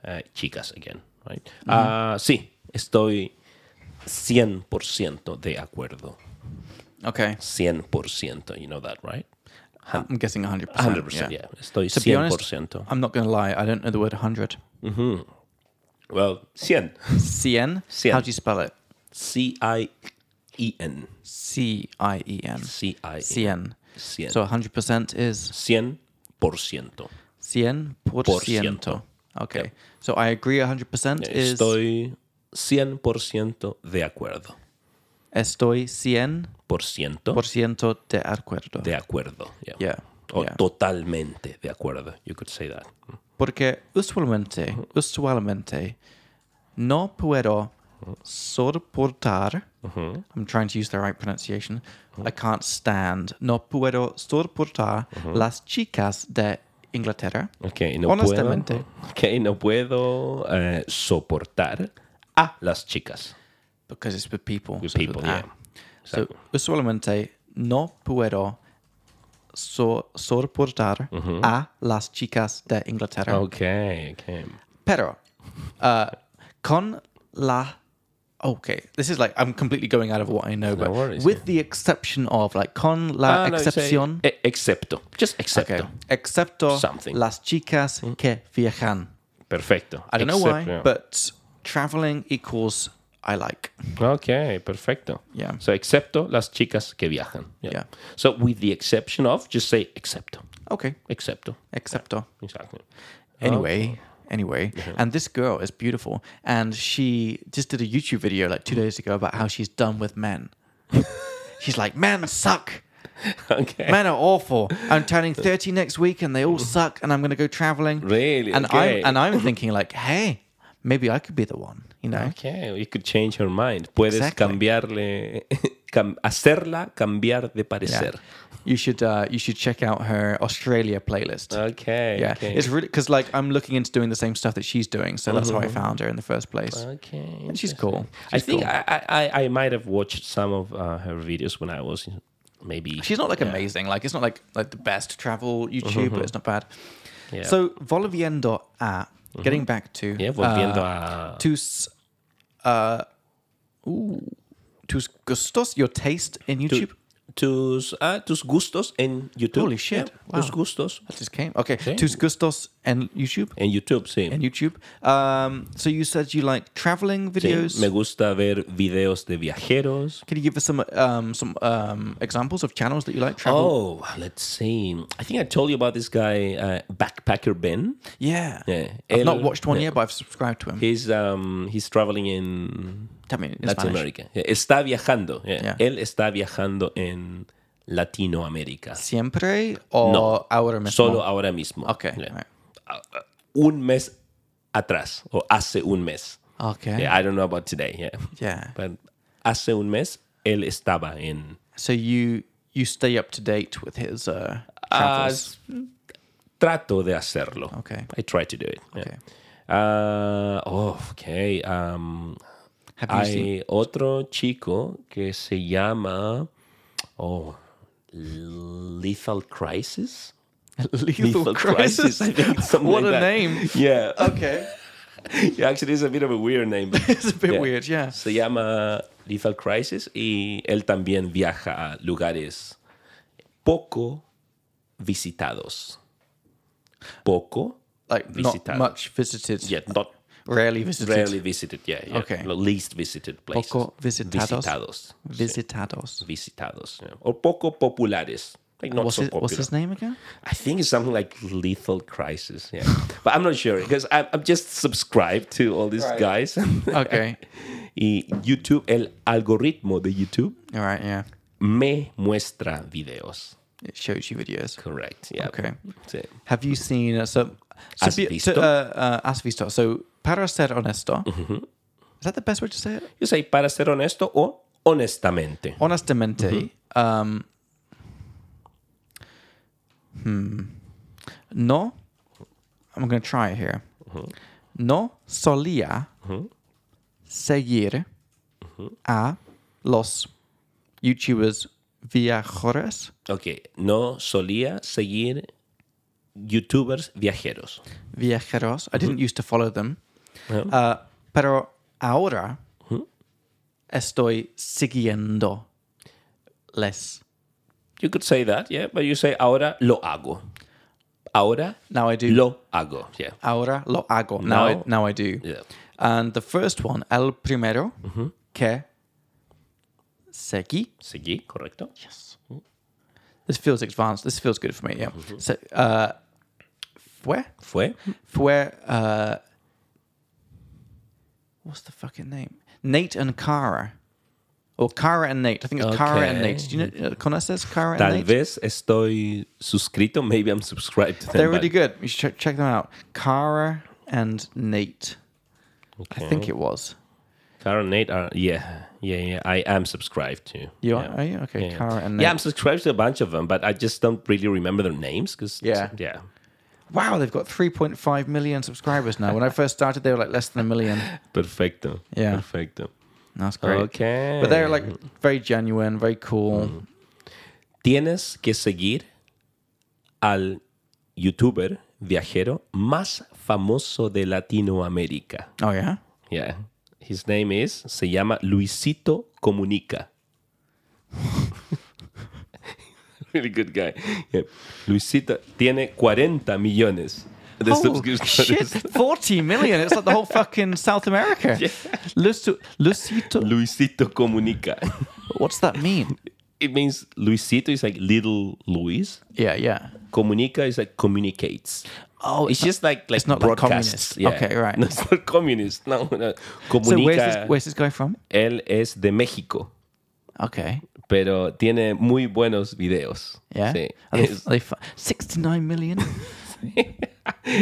B: uh, chicas again, right? Ah, sí, estoy 100% de acuerdo.
A: Okay.
B: 100%, you know that, right?
A: I'm guessing 100%.
B: 100%, yeah. Estoy
A: To
B: 100%.
A: be honest, I'm not going to lie. I don't know the word 100.
B: well, 100.
A: Cien?
B: Cien.
A: How do you spell it?
B: C-I-E-N.
A: C I E N.
B: C-I-E-N.
A: Cien.
B: E Cien.
A: So 100% is
B: 100%.
A: cien por, ciento.
B: Por ciento.
A: Okay. So I agree 100% is
B: Estoy 100% de acuerdo.
A: estoy cien
B: Por ciento
A: por ciento de acuerdo.
B: de acuerdo. Yeah.
A: Yeah,
B: O
A: yeah.
B: totalmente de acuerdo. You could say that.
A: Porque usualmente, usualmente, no puedo soportar. I'm trying to use the right pronunciation. I can't stand. No puedo soportar las chicas de Inglaterra.
B: Ok, no
A: Honestamente.
B: puedo. Ok, no puedo eh, soportar a las chicas.
A: Because it's with people.
B: With
A: so it's
B: people,
A: with- ah.
B: yeah.
A: So, usualmente, no puedo so- soportar a las chicas de Inglaterra.
B: Ah, Ok, ok.
A: Pero, uh, con la. oh, Okay, this is like I'm completely going out of what I know, but
B: worries,
A: with the exception of like con la
B: Ah, no, you say,
A: excepción,
B: eh, excepto. Just excepto.
A: okay, excepto
B: Something. Mm.
A: las chicas que viajan.
B: Perfecto.
A: I don't know why,
B: Except- yeah.
A: but traveling equals I like.
B: Ok, perfecto.
A: Yeah.
B: So, excepto las chicas que viajan. Yeah.
A: Yeah.
B: So, with the exception of, just say excepto.
A: Okay,
B: Excepto.
A: excepto.
B: Exactly.
A: Anyway, anyway, and this girl is beautiful, and she just did a YouTube video like two days ago about how she's done with men. she's like, men suck.
B: Okay.
A: Men are awful. I'm turning 30 next week and they all suck and I'm going to go traveling.
B: Really?
A: And
B: Okay.
A: I'm and I'm thinking like, "Hey, maybe I could be the one." You know.
B: Okay, you could change her mind. Puedes
A: Exactly.
B: cambiarle, cam- hacerla cambiar de parecer.
A: You should uh, you should check out her Australia playlist.
B: Okay.
A: yeah.
B: okay.
A: It's really cuz like I'm looking into doing the same stuff that she's doing, so that's how I found her in the first place.
B: Mm-hmm. Okay.
A: and she's
B: interesting.
A: cool.
B: I
A: She's
B: think
A: cool.
B: I, I, I- I might have watched some of uh, her videos when I was in- maybe.
A: She's not like amazing. Like it's not like like the best travel YouTube, but it's not bad.
B: Mm-hmm. Yeah. Mm-hmm.
A: So volviendo a getting back to
B: yeah,
A: uh,
B: volviendo a.
A: tus uh ooh, tus gustos your taste in YouTube
B: Tus, ah, tus gustos en YouTube.
A: Holy shit,
B: Yeah,
A: wow.
B: Tus gustos
A: that just came okay
B: Yeah.
A: tus gustos and YouTube
B: en YouTube, sí. Eh,
A: and YouTube um so you said you like traveling
B: Sí,
A: videos
B: Me gusta ver videos de viajeros.
A: can you give us some um some um examples of channels that you like travel
B: Oh, let's see. I think I told you about this guy, uh, Backpacker Ben.
A: yeah
B: Oh, Yeah.
A: I've
B: El-
A: not watched one yet but I've subscribed to him
B: He's um he's traveling in
A: tell me in
B: Latin
A: Spanish
B: America. Yeah, Está viajando. yeah.
A: Yeah.
B: Él está viajando en Latinoamérica.
A: siempre or
B: No.
A: ahora mismo
B: Solo ahora mismo.
A: okay
B: Yeah.
A: right.
B: Un mes atrás o hace un mes.
A: okay yeah.
B: Yeah, I don't know about today. Yeah. But hace un mes él estaba en
A: so you you stay up to date with his uh
B: Ah,
A: travels
B: trato de hacerlo.
A: okay
B: I try to do it. yeah.
A: Okay.
B: Ah, oh, okay. Um,
A: have you seen
B: Hay otro chico que se llama oh, Lethal Crisis.
A: Lethal, Crisis.
B: I think, something
A: what
B: like
A: a
B: that.
A: name.
B: Yeah.
A: Okay.
B: Yeah, actually it's a bit of a weird name. but
A: It's a bit
B: Yeah.
A: weird, yeah.
B: se llama Lethal Crisis y él también viaja a lugares poco visitados. Poco
A: Like not
B: Visitado.
A: much visited.
B: yet not
A: Rarely visited.
B: rarely visited. Yeah, yeah.
A: Okay.
B: The least visited places.
A: Poco visitados.
B: Visitados.
A: Visitados.
B: visitados yeah. or poco populares. Like not
A: What's
B: so
A: his,
B: popular.
A: what's his name again?
B: I think it's something like Lethal Crisis. Yeah, but I'm not sure because I'm, I'm just subscribed to all these
A: Right.
B: guys.
A: Okay.
B: y YouTube, el algoritmo de YouTube
A: All right. Yeah.
B: me muestra videos.
A: It shows you videos.
B: Correct. Yeah.
A: Okay.
B: Sí.
A: Have you seen uh, so? so
B: Has
A: be-
B: visto?
A: To, uh, uh, has visto. So para ser honesto.
B: Mm-hmm.
A: Is that the best way to say it?
B: You say para ser honesto o honestamente.
A: honestamente, um, hmm, no, I'm going to try it here. No solía seguir a los YouTubers viajeros,
B: Ok, no solía seguir youtubers viajeros.
A: viajeros. I didn't used to follow them, uh, pero ahora estoy siguiendo les.
B: You could say that, yeah, but you say ahora lo hago. Ahora
A: Now I do.
B: lo hago, yeah.
A: Ahora lo hago. Now, I,
B: Now-
A: now I do.
B: yeah.
A: And the first one, el primero,
B: Mm-hmm.
A: que seguí.
B: Seguí, correcto.
A: This feels advanced. This feels good for me. Yeah.
B: Mm-hmm.
A: Se- uh, fue
B: Fue
A: fue. Uh, what's the fucking name? Nate and Cara, or Cara and Nate. I think it's Cara and
B: Okay.
A: Nate. Do you know? Uh, conoces Cara
B: Tal
A: and Nate?
B: vez estoy suscrito, maybe I'm subscribed to them.
A: They're
B: but-
A: really good. You should check, check them out. Cara and Nate. I think it was.
B: Cara and Nate are, yeah, yeah, yeah. I am subscribed to.
A: You
B: yeah.
A: are, are you? Okay,
B: yeah.
A: Cara and Nate.
B: Yeah, I'm subscribed to a bunch of them, but I just don't really remember their names because
A: Yeah.
B: yeah,
A: Wow, they've got 3.5 million subscribers now. When I first started, they were like less than a million.
B: perfecto,
A: Yeah.
B: perfecto.
A: That's great.
B: Okay, Mm.
A: But they're like very genuine, very cool.
B: tienes que seguir al youtuber viajero más famoso de Latinoamérica.
A: Oh, yeah?
B: Yeah, his name is se llama Luisito Comunica. really good guy. Yeah. Luisito tiene 40 millones de
A: Oh, shit,
B: suscriptores.
A: 40 million. It's like the whole fucking South America. Luci- Lucito.
B: Luisito Comunica.
A: What's that mean?
B: it means Luisito is like little Luis.
A: Yeah, yeah.
B: Comunica is like communicates.
A: Oh,
B: It's just like like
A: it's not like
B: broadcasts.
A: communist. Okay, right.
B: No, it's not communist. No, no.
A: So where's this,
B: Comunica.
A: where's this guy from?
B: él es de México,
A: Okay.
B: pero tiene muy buenos videos.
A: Yeah.
B: Sí.
A: Are they,
B: Es-
A: are they fu- 69 million?
B: es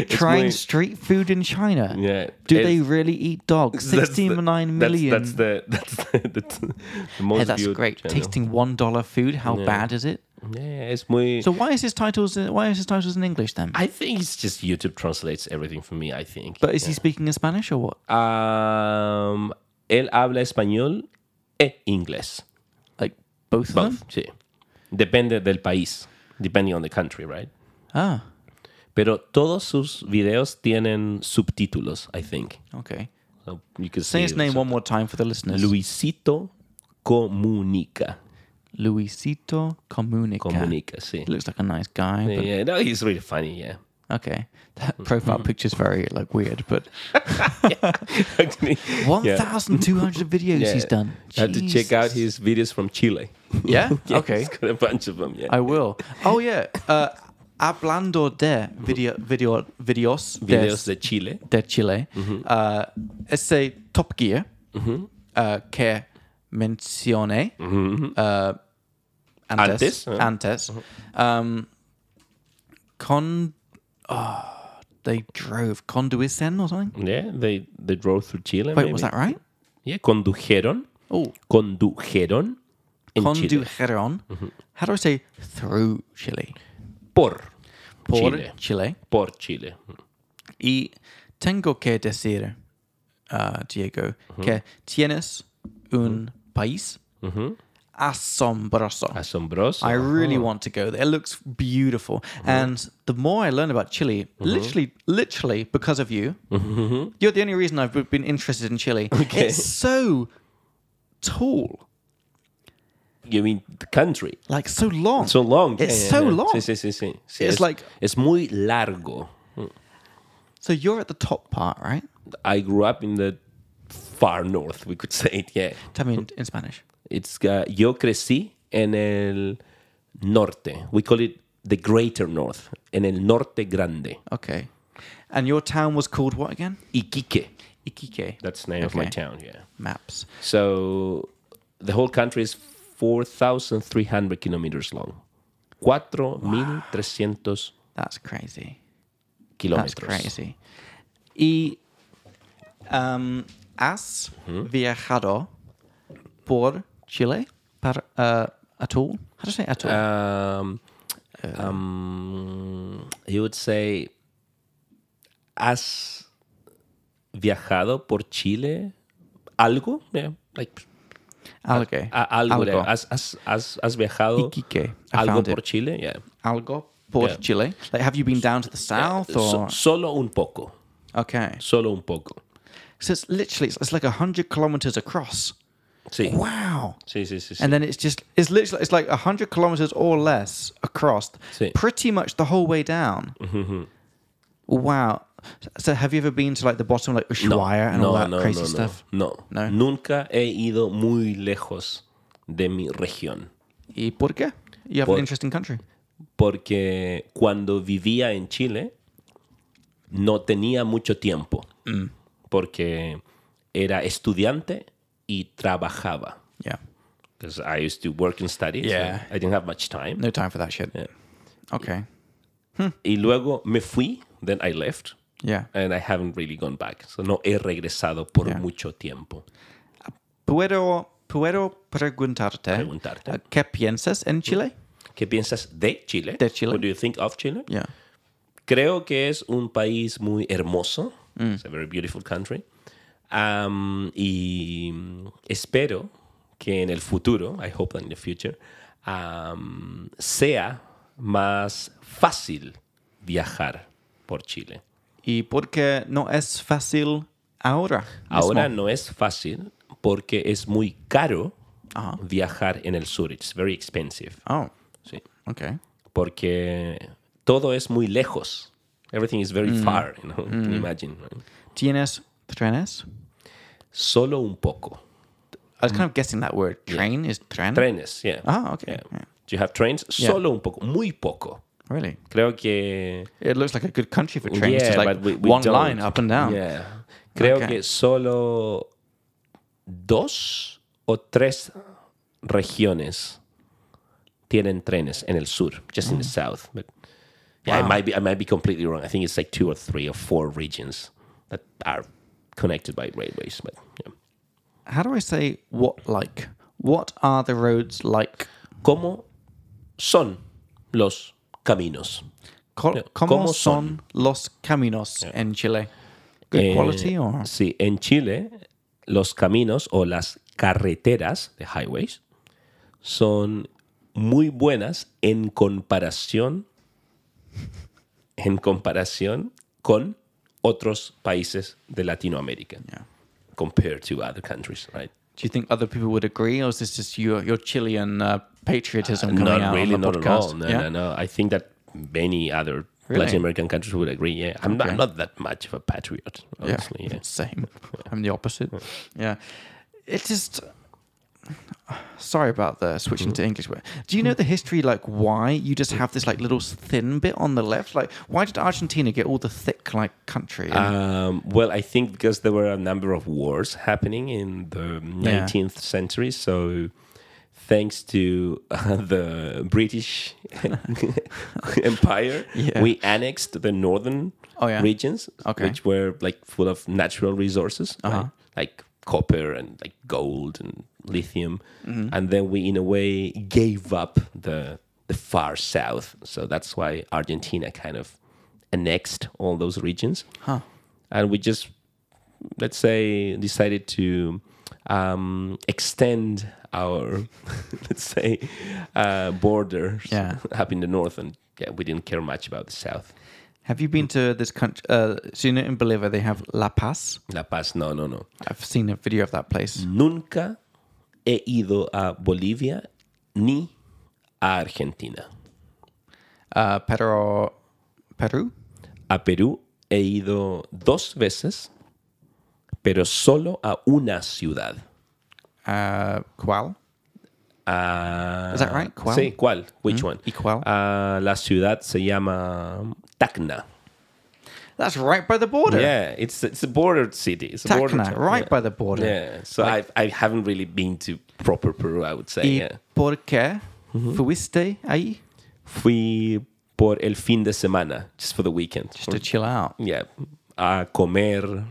A: Trying
B: muy-
A: street food in China.
B: Yeah.
A: Do
B: It's-
A: they really eat dogs?
B: that's the-
A: 69 million.
B: That's, that's the that's the, that's the most
A: Hey, that's
B: viewed
A: great.
B: channel.
A: Tasting one dollar food, how bad is it?
B: Yeah, it's muy.
A: So why is his titles? in- Why is his titles in English then?
B: I think it's just YouTube translates everything for me. I think.
A: But is he speaking in Spanish or what?
B: Um, él habla español e inglés.
A: Like both of them?
B: Both, sí. Depende del país. Depending on the country, right?
A: Ah,
B: Pero todos sus videos tienen subtítulos, I think.
A: okay.
B: So you can
A: Say
B: see
A: his
B: it.
A: name
B: So,
A: one more time for the listeners.
B: Luisito Comunica.
A: Luisito Comunica.
B: Comunica, sí.
A: He looks like a nice guy.
B: Yeah,
A: but-
B: yeah, no, he's really funny, yeah.
A: Okay, that profile picture's very like weird, but
B: Actually,
A: one
B: yeah,
A: thousand two hundred videos
B: yeah.
A: he's done.
B: I have to check out his videos from Chile.
A: Yeah.
B: Yeah,
A: okay.
B: He's got a bunch of them, yeah.
A: I will. Oh yeah. Uh, hablando de video video videos
B: videos de Chile.
A: de Chile,
B: Mm-hmm.
A: uh, ese Top Gear uh, que mencioné uh, antes,
B: Mm-hmm. Antes, ¿eh?
A: antes, um, con, oh, they drove conduicen or something.
B: Yeah, they, they drove through Chile.
A: Wait,
B: maybe.
A: was that right?
B: Yeah, condujeron.
A: Oh,
B: Condujeron en Chile. Mm-hmm.
A: condujeron. How do I say through Chile?
B: Por.
A: Por
B: Chile.
A: Chile.
B: Por Chile.
A: Y tengo que decir, uh, Diego, que tienes un país asombroso.
B: Asombroso.
A: I really want to go there. It looks beautiful. And the more I learn about Chile, literally, literally because of you, you're the only reason I've been interested in Chile. It's so tall,
B: you mean the country.
A: like so long.
B: So long.
A: It's so long.
B: Sí, sí, sí, sí. Sí,
A: It's
B: es,
A: like-
B: es muy largo.
A: so you're at the top part, right?
B: I grew up in the far north, we could say it, yeah.
A: Tell me in, in Spanish.
B: It's, uh, yo crecí en el norte. We call it the greater north. En el norte grande.
A: Okay. And your town was called what again?
B: Iquique.
A: Iquique.
B: That's the name of my
A: Okay.
B: town, yeah.
A: Maps.
B: So the whole country is 4,300 kilometers long. 4,300
A: That's crazy. That's
B: kilometers.
A: crazy. Y Um, has
B: Hmm?
A: viajado por Chile? Par, uh, at all? How do you say at all?
B: Um, um, you would say, ¿has viajado por Chile algo? Yeah, like
A: Algo.
B: a- algo.
A: Algo.
B: yeah. ¿Has, has, has, has viajado
A: Iquique. I
B: algo
A: found it.
B: por Chile? Yeah.
A: Algo por
B: Yeah.
A: Chile. Like, have you been down to the south
B: So-
A: or?
B: solo un poco.
A: okay.
B: Solo un poco.
A: So it's literally it's, it's like hundred kilometers across.
B: Sí.
A: Wow.
B: Sí, sí, sí. sí.
A: And then it's just it's literally it's like hundred kilometers or less across,
B: Sí. Mm-hmm,
A: pretty much the whole way down. Wow. So have you ever been to like the bottom, like Ushuaia and all that crazy
B: no,
A: stuff?
B: No.
A: No.
B: Nunca he ido muy lejos de mi región.
A: ¿Y por qué? You have
B: Por-
A: an interesting country.
B: Porque cuando vivía en Chile, no tenía mucho tiempo.
A: Mm.
B: Porque era estudiante y trabajaba.
A: Yeah.
B: Because I used to work and study. so
A: Yeah.
B: I didn't have much time.
A: No time for that shit.
B: Yeah.
A: Okay.
B: Y luego me fui, then I left.
A: Yeah.
B: And I haven't really gone back. So no he regresado por mucho tiempo.
A: Puedo, puedo preguntarte,
B: Preguntarte.
A: uh, ¿qué piensas en Chile?
B: ¿Qué piensas de Chile?
A: De Chile.
B: What do you think of Chile?
A: Yeah.
B: Creo que es un país muy hermoso. It's a very beautiful country. Um, y mm, espero que en el futuro, I hope that in the future, um, sea más fácil viajar por Chile.
A: ¿Y por qué no es fácil ahora?
B: Ahora
A: mismo?
B: no es fácil porque es muy caro viajar en el sur. It's very expensive.
A: Oh,
B: Sí.
A: okay.
B: Porque todo es muy lejos. Everything is very far, you know. Can you imagine? right?
A: ¿Tienes trenes?
B: Solo un poco.
A: I was
B: Mm.
A: kind of guessing that word. Train is tren.
B: Trenes, yeah.
A: Ah, okay.
B: Yeah. Do you have trains? Solo un poco, muy poco.
A: Really?
B: Creo que
A: It looks like a good country for trains.
B: Yeah,
A: Just like
B: but we- we
A: one
B: don't.
A: line up and down.
B: Yeah. Creo
A: Okay.
B: que solo dos o tres regiones tienen trenes en el sur, just
A: Mm.
B: in the south. But yeah, I might be I might be completely wrong. I think it's like two or three or four regions that are connected by railways. But yeah.
A: How do I say what like? What are the roads like?
B: ¿Cómo son los caminos?
A: Co-
B: Yeah.
A: ¿Cómo
B: ¿Cómo
A: son los caminos en Chile? Good
B: Eh,
A: quality or?
B: Sí, en Chile los caminos o las carreteras de highways son muy buenas en comparación en comparación con otros países de Latinoamérica.
A: Yeah.
B: Compared to other countries, right?
A: Do you think other people would agree, or is this just your your Chilean uh, patriotism coming
B: Not
A: out
B: really,
A: on the
B: not
A: podcast?
B: at all. No,
A: yeah?
B: no, no. I think that many other
A: Really?
B: Latin American countries would agree. Yeah, I'm, not, I'm not that much of a patriot, honestly.
A: yeah,
B: Yeah.
A: same. I'm the opposite. Yeah, it just. Sorry about the switching to
B: Mm-hmm.
A: English. But do you know the history, like why you just have this like little thin bit on the left? Like, why did Argentina get all the thick like country? And-
B: Um, well, I think because there were a number of wars happening in the 19th century, so thanks to uh, the British Empire,
A: Yeah.
B: we annexed the northern
A: Oh, yeah.
B: regions,
A: Okay. Uh-huh.
B: which were like full of natural resources, right? like copper and like gold and lithium,
A: Mm-hmm.
B: and then we, in a way, gave up the the far south. So that's why Argentina kind of annexed all those regions
A: huh.
B: and we just let's say decided to um, extend our let's say uh, borders
A: Yeah.
B: up in the north and yeah, we didn't care much about the south
A: Have you been to this country? Uh, so you know, in Bolivia they have La Paz.
B: La Paz no no no
A: I've seen a video of that
B: Mm.
A: place.
B: nunca he ido a Bolivia ni a Argentina
A: Uh, Pero, Peru.
B: a Perú he ido dos veces pero solo a una ciudad
A: Uh, Cual.
B: Ah,
A: Is that right? ¿Cuál? Mm-hmm.
B: Sí, ¿cuál? Which one?
A: ¿Y cuál?
B: Ah, la ciudad se llama Tacna.
A: That's right by the border.
B: Yeah, it's it's a border city. It's a border
A: Tacna,
B: town,
A: right
B: yeah.
A: by the border.
B: Yeah, so I I haven't really been to proper Peru, I would say.
A: ¿Y
B: yeah. Mm-hmm.
A: por qué fuiste ahí?
B: Fui por el fin de semana, just for the weekend.
A: Just to chill out.
B: Yeah, a comer,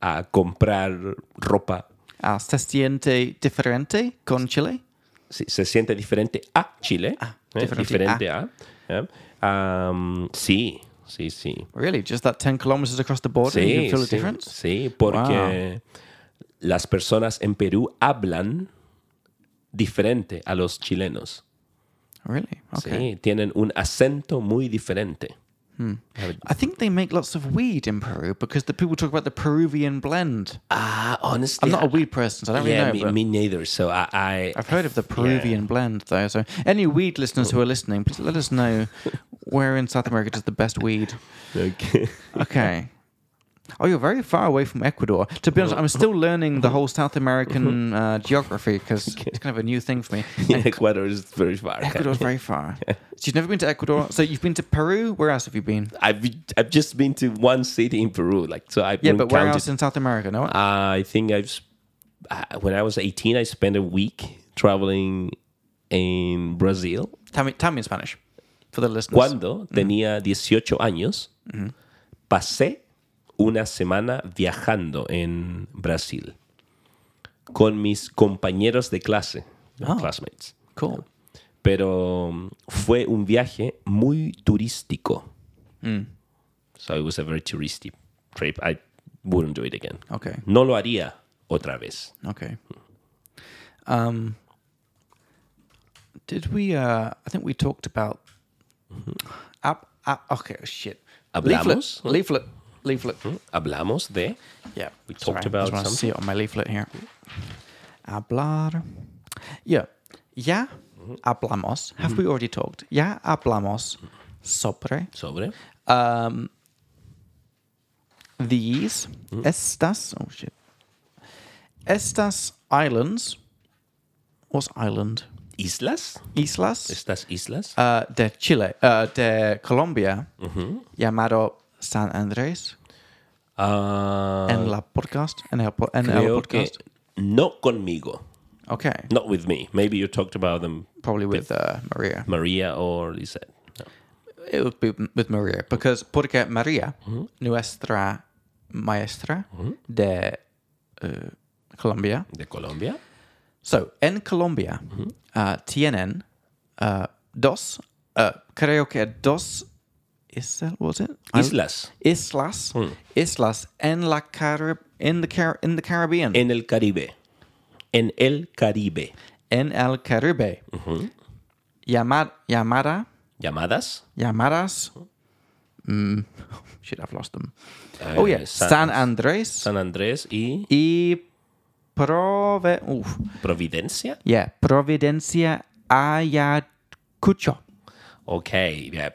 B: a comprar ropa.
A: Ah, ¿Se siente diferente con Chile?
B: Se, se siente diferente a Chile. ¿eh?
A: Ah, diferente
B: Diferente a. ¿eh? Am, sí, sí, sí.
A: Really? Just that 10 kilometers across the border? you
B: Sí,
A: can feel the
B: sí,
A: difference?
B: sí, porque las personas en Perú hablan diferente a los chilenos.
A: Really? Okay. Hmm.
B: Sí, tienen un acento muy diferente.
A: I think they make lots of weed in Peru because the people talk about the Peruvian blend.
B: Ah, honestly,
A: I'm not a weed person, so I don't
B: yeah,
A: really know.
B: me,
A: but
B: me neither. So I, I
A: I've heard of the Peruvian blend, though. So, any weed listeners who are listening, please let us know where in South America does the best weed.
B: okay.
A: Okay. Oh, you're very far away from Ecuador. To be honest, I'm still learning the whole South American uh, geography because it's kind of a new thing for me.
B: Yeah, Ecuador is very far.
A: Ecuador's very far. So you've never been to Ecuador. So you've been to Peru. Where else have you been?
B: I've I've just been to one city in Peru, like so. I
A: Yeah, but where else in South America?
B: Ah.
A: No.
B: I think I've s- uh, when I was 18, I spent a week traveling in Brazil.
A: Tell me, tell me in Spanish for the listeners.
B: Cuando tenía 18 años, pasé una semana viajando en Brasil con mis compañeros de clase,
A: Ah.
B: classmates.
A: Cool.
B: Pero um, fue un viaje muy turístico.
A: Mm.
B: So it was a very touristy trip. I wouldn't do it again.
A: Okay.
B: No lo haría otra vez.
A: Okay. Um, did we? Uh, I think we talked about. App, app, okay. Shit.
B: Mm-hmm. Hablamos?
A: Leaflet. Leaflet. Leaflet.
B: Hablamos de
A: Yeah,
B: We talked about
A: I just want to
B: something.
A: see it on my leaflet here. Hablar. Yeah. Ya
B: Mm-hmm.
A: hablamos. Have we already talked? Ya hablamos sobre
B: sobre
A: um, these
B: Mm-hmm.
A: estas. Oh shit. Estas islands. What's island?
B: islas,
A: Islas
B: estas islas
A: uh, de Chile, uh, de Colombia,
B: Mm-hmm.
A: llamado San Andrés.
B: Ah,
A: en la podcast, en el, po- en el
B: creo que
A: podcast.
B: no conmigo,
A: Okay.
B: not with me. Maybe you talked about them,
A: Probably with uh, Maria.
B: Maria or Lisette. No.
A: It would be m- with Maria because porque Maria, nuestra maestra de uh, Colombia.
B: de Colombia.
A: So, en Colombia uh, tienen uh, dos, uh, creo que dos, isla, Mm. was it?
B: Islas
A: Islas, islas en la Carib in the Car- in the Caribbean.
B: en el Caribe, en el Caribe,
A: en el Caribe. Llamar, llamada,
B: llamadas
A: llamadas. Mm, shit, I've lost them. oh, yeah.
B: Eh, San-
A: San Andrés
B: San Andrés y
A: y Prove. Uf.
B: Providencia.
A: Yeah, Providencia Ayacucho.
B: Ok, yeah.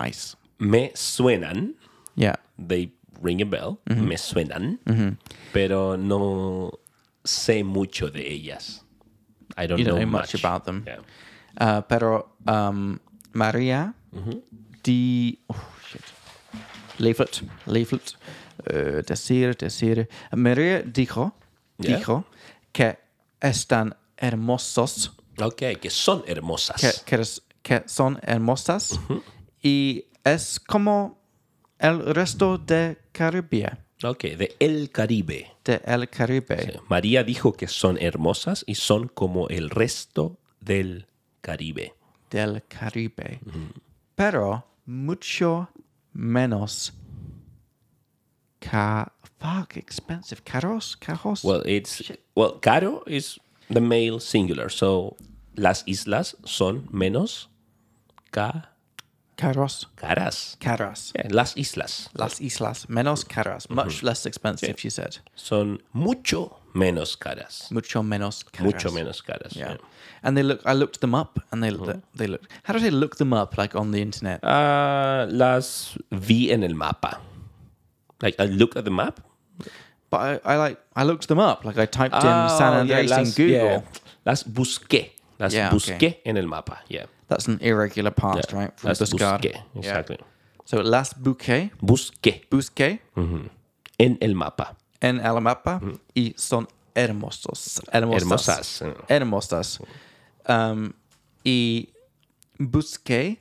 A: Nice.
B: me suenan,
A: Yeah.
B: they ring a bell, me suenan, pero no sé mucho de ellas. I don't,
A: You don't
B: know,
A: know much about them.
B: Yeah.
A: Uh, pero um, María
B: Mm-hmm.
A: di. Oh, shit. Leaflet, leaflet. Uh, decir, decir. María dijo,
B: Yeah.
A: dijo que están hermosos,
B: Ok, que son hermosas.
A: que, que, es- que son hermosas
B: Mm-hmm.
A: y es como el resto de Caribe,
B: Ok, de El Caribe.
A: de el Caribe.
B: María dijo que son hermosas y son como el resto del Caribe.
A: del Caribe,
B: Mm-hmm.
A: pero mucho menos ca fuck expensive caros caros.
B: Well, it's well, caro is the male singular, so las islas son menos ca
A: caros
B: caras.
A: caras.
B: Yeah, las islas
A: Las islas menos caras, much
B: Mm-hmm.
A: less expensive. She said
B: son mucho menos caras.
A: mucho menos caras.
B: Mucho menos caras.
A: Yeah.
B: yeah. Mm-hmm.
A: And they look. I looked them up, and they they look. How do they look them up? Like on the internet.
B: Ah, las vi en el mapa. Like I look at the map.
A: But I, I like. I looked them up. Like I typed in
B: Ah,
A: San
B: yeah,
A: Andreas in
B: las,
A: Google.
B: yeah. Las busqué. Las
A: Yeah,
B: busqué
A: okay.
B: en el mapa. Yeah.
A: That's an irregular past, right? From
B: las
A: Buscar.
B: Ah, busqué. Exactly.
A: So Las Bouquet,
B: Busqué
A: Busquet,
B: Mm-hmm. en el mapa.
A: en el mapa y son hermosos. Hermosas.
B: Mm-hmm. Hermosas.
A: Hermosas. Um, y
B: Mm-hmm.
A: busqué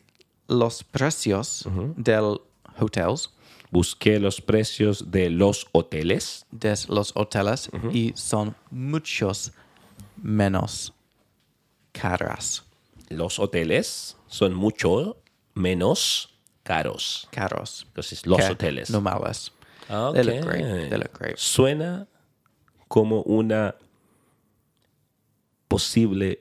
A: los precios del hotels
B: Busqué los precios de los hoteles.
A: de los hoteles
B: Mm-hmm.
A: y son muchos menos caras.
B: Los hoteles son mucho menos caros.
A: Caros.
B: Entonces, los
A: que
B: hoteles. Ah,
A: Normales.
B: Ok.
A: They look great. They look great.
B: Suena como una posible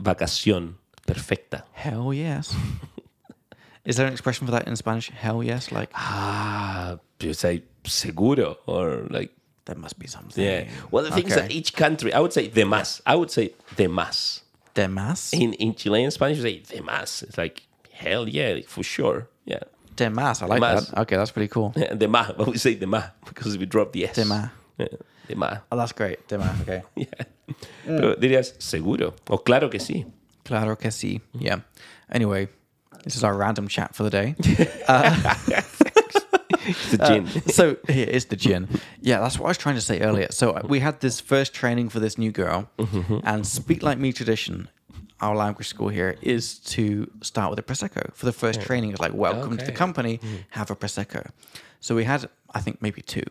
B: vacación perfecta.
A: Hell yes. Is there an expression for that in Spanish? Hell yes. Like,
B: Ah, you
A: pues,
B: say seguro or like
A: there must be something.
B: yeah. Well, the thing is that
A: Okay.
B: each country, I would say de más. I would say de más.
A: De más?
B: In in Chilean Spanish, you say de más. It's like hell yeah, like, for sure. Yeah,
A: De más. I like
B: Más.
A: that. Okay, that's pretty cool.
B: Yeah, de más. But we say de más because we drop the s.
A: De más.
B: Yeah, de más.
A: Oh, that's great. De más. Okay.
B: Yeah. Pero dirías seguro o claro que sí.
A: Claro que sí. Yeah. Anyway, this is our random chat for the day.
B: It's
A: Ah,
B: a gin.
A: Uh, so here is the gin. Yeah, that's what I was trying to say earlier. So uh, we had this first training for this new girl, and Speak Like Me tradition, our language school here, is to start with a prosecco for the first training. It's like welcome to the
B: Okay.
A: company, have a prosecco. So we had, I think, maybe 2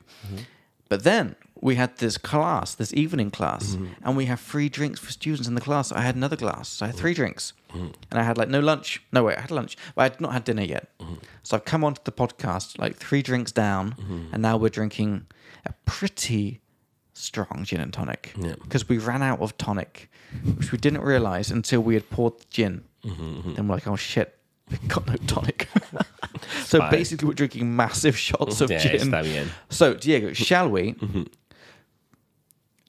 A: But then we had this class, this evening class, and we have free drinks for students in the class. I had another glass, so I had three drinks, and I had like no lunch. No wait, I had lunch, but I had not had dinner yet. So I've come onto the podcast like three drinks down, and now we're drinking a pretty strong gin and tonic
B: Yeah.
A: because we ran out of tonic, which we didn't realize until we had poured the gin.
B: Mm-hmm,
A: Then we're like, oh shit, we got no tonic. so
B: fine.
A: basically, we're drinking massive shots of
B: Yeah, Mm-hmm.
A: gin.
B: está bien.
A: So, Diego, shall we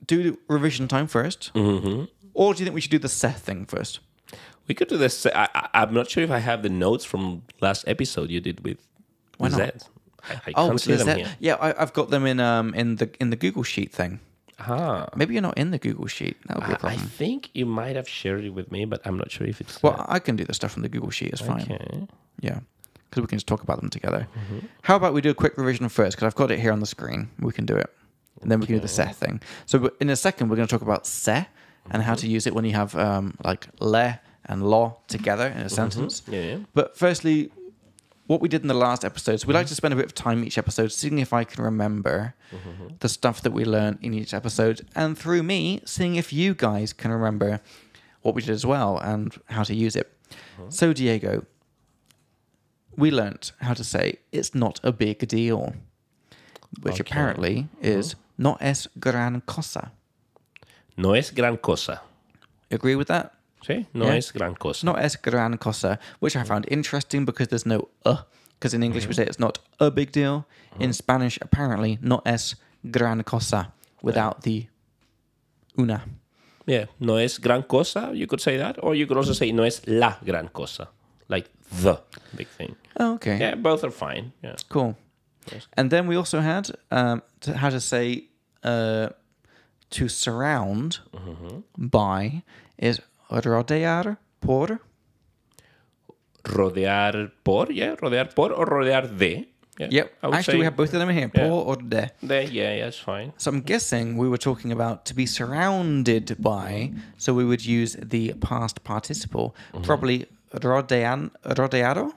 A: do revision time 1st
B: Mm-hmm.
A: Or do you think we should do the Seth thing first?
B: We could do this. I, I, I'm not sure if I have the notes from last episode you did with
A: Why not?
B: Lizette. I, I
A: Oh,
B: can't
A: with
B: see them
A: Lizette.
B: here.
A: Yeah, I, I've got them in um in the in the Google Sheet thing.
B: Ah,
A: Maybe you're not in the Google Sheet. That would be a
B: I, I
A: problem.
B: think you might have shared it with me, but I'm not sure if it's
A: well, I can do the stuff from the Google Sheet. It's fine.
B: there. okay.
A: Yeah, because we can just talk about them together. How about we do a quick revision first? Because I've got it here on the screen. We can do it, and then we can do the Seth thing. So w- in a second, we're going to talk about se and how to use it when you have um, like le and lo together in a sentence.
B: Yeah, yeah.
A: But firstly, what we did in the last episode, so we like to spend a bit of time each episode, seeing if I can remember the stuff that we learned in each episode, and through me, seeing if you guys can remember what we did as well and how to use it. So, Diego, we learnt how to say it's not a big deal, which
B: Okay.
A: apparently is not es gran cosa.
B: No es gran cosa.
A: Agree with that?
B: See? No
A: Yeah.
B: es gran cosa.
A: Not es gran cosa, which
B: Mm.
A: I found interesting because there's no uh. Because in
B: Mm-hmm.
A: English we say it's not a big deal. In Spanish, apparently, not es gran cosa without the una.
B: Yeah, no es gran cosa. You could say that, or you could also say no es la gran cosa, like the big thing.
A: Oh, okay.
B: Yeah, both are fine. Yeah.
A: Cool. And then we also had um, to, how to say uh, to surround
B: Mm-hmm.
A: by is rodear por.
B: Rodear por, yeah, rodear por, or rodear de. Yeah,
A: Yep.
B: I would
A: Actually,
B: say
A: we have both of them in here. Por or de.
B: de. Yeah, yeah, it's fine.
A: So I'm guessing we were talking about to be surrounded by, so we would use the past participle,
B: Mm-hmm.
A: probably rodean, rodeado.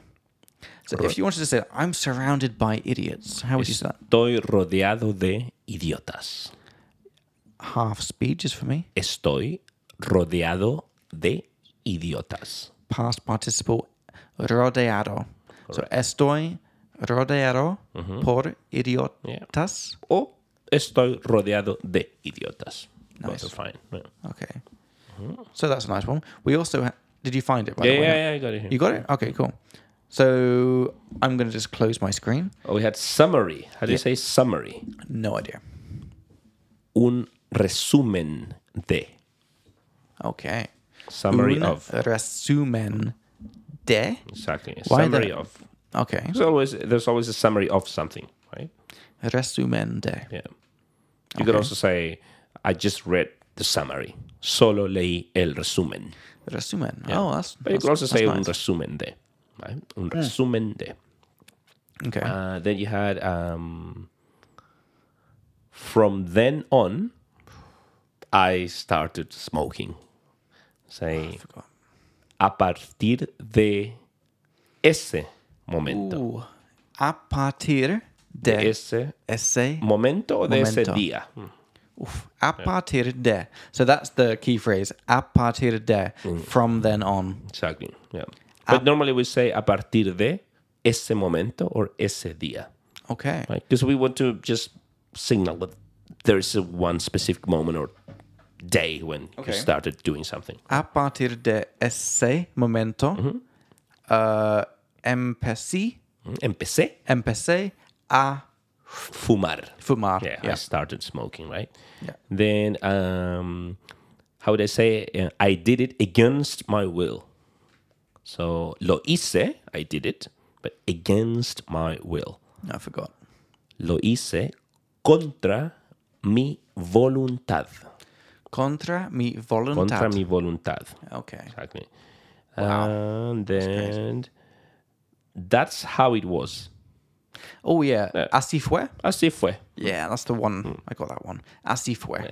A: So if you wanted to say, I'm surrounded by idiots, how would you say that?
B: Estoy rodeado de idiotas.
A: Half speech is for me.
B: Estoy rodeado de idiotas.
A: Past participle, rodeado. So estoy rodeado
B: Mm-hmm.
A: por idiotas.
B: O estoy rodeado de idiotas. Both are fine. Yeah,
A: Ah, Okay. So that's a nice one. We also, ha- did you find it? By the
B: Mm-hmm. yeah,
A: way?
B: yeah, yeah, I got it here.
A: You got it? Okay, cool. So I'm going to just close my screen.
B: Oh, we had summary. How do you say summary?
A: No idea.
B: Un resumen de.
A: Okay.
B: Summary
A: Un
B: of.
A: resumen de.
B: Exactly. a
A: Why
B: summary
A: the-
B: of.
A: Okay.
B: There's always, there's always a summary of something, right?
A: Resumen de.
B: Yeah. You could also say, I just read the summary. Solo leí el resumen.
A: Resumen. Oh, that's.
B: But you
A: that's-
B: could also
A: that's
B: say un
A: nice. Hmm.
B: resumen de. Right? Un resumen de.
A: Okay.
B: Uh, then you had um, from then on, I started smoking. Say
A: forgot.
B: a partir de ese momento.
A: Uh, Ooh. a partir de,
B: de ese
A: ese
B: momento o de ese
A: Momento.
B: día. Mm.
A: Oof. A partir de. So that's the key phrase. A partir de. From then on.
B: Exactly. Yeah.
A: Ah.
B: But normally we say a partir de ese momento or ese día,
A: Okay.
B: right? Because we want to just signal that there is a one specific moment or day when
A: Okay.
B: you started doing something.
A: A partir de ese momento,
B: Mm-hmm.
A: uh, empecé,
B: Mm. Empecé
A: empecé a
B: fumar.
A: fumar.
B: Yeah, I
A: Yeah.
B: started smoking, right?
A: Yeah.
B: Then, um, how would I say? it? Uh, I did it against my will. So lo hice, I did it, but against my will.
A: I forgot.
B: Lo hice contra mi voluntad.
A: Contra mi voluntad.
B: Contra mi voluntad.
A: Okay.
B: Exactly. And then that's how it was.
A: Oh, yeah. Así fue?
B: Así fue.
A: Yeah, that's the one.
B: Mm.
A: I got that one. Así fue.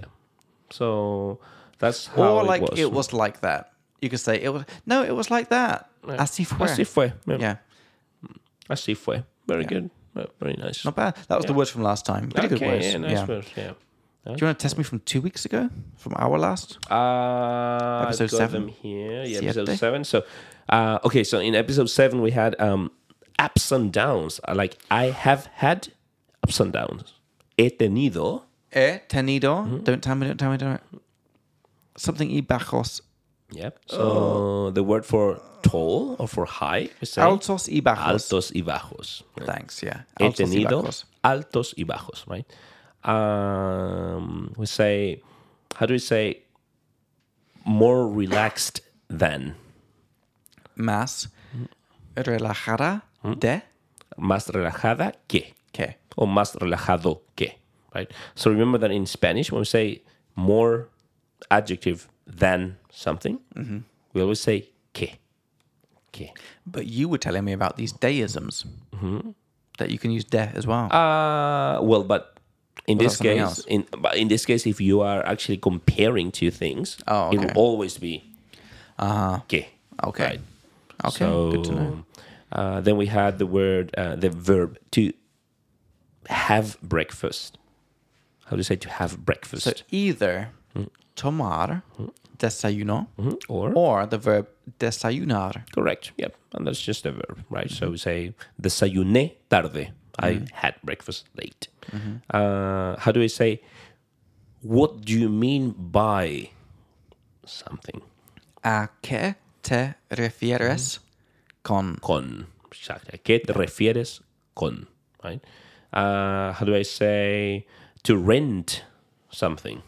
B: So that's how
A: Or like,
B: it was.
A: it was like that. You could say, it was, no, it was like that. Así fue.
B: Así fue. Yeah.
A: Yeah.
B: Así fue. Very good. Ve- Very nice.
A: Not bad. That was the words from last time. Pretty good words.
B: yeah, nice
A: yeah.
B: words, yeah.
A: Do you want to test me from two weeks ago? From our last?
B: Uh,
A: Episode
B: I've got
A: seven.
B: them here. Yeah, episode
A: Siete.
B: seven. So, uh, okay, so in episode seven we had um, ups and downs. Uh, Like I have had ups and downs. He tenido.
A: He tenido.
B: Mm-hmm.
A: Don't tell me, don't tell me, don't. Something y bajos.
B: Yep. So the word for tall or for high is
A: Oh. Altos y bajos.
B: altos y bajos.
A: Thanks, yeah.
B: he
A: Altos y
B: tenido
A: bajos.
B: altos y bajos, right? Um, we say, how do we say, more relaxed than,
A: Más
B: Mm.
A: relajada de
B: más relajada que,
A: que.
B: or más relajado que, right? So remember that in Spanish, when we say more adjective than something,
A: Mm-hmm.
B: we always say que, que.
A: But you were telling me about these deisms that you can use de as well.
B: Uh, well, but in
A: Was
B: this
A: that something
B: case,
A: else?
B: in but in this case, if you are actually comparing two things,
A: Oh,
B: it
A: okay.
B: will always be uh que.
A: Okay.
B: right?
A: okay,
B: So
A: good to know.
B: Uh, then we had the word, uh, the verb to have breakfast. How do you say to have breakfast?
A: So either tomar, desayuno,
B: Mm-hmm. or
A: or the verb desayunar.
B: correct, yep, and that's just a verb, right? So we say desayuné tarde. I had breakfast late. Uh, how do we say? What do you mean by something?
A: ¿A qué te refieres con
B: con. Exactly. ¿A qué te refieres con? Right? Uh, how do I say to rent something?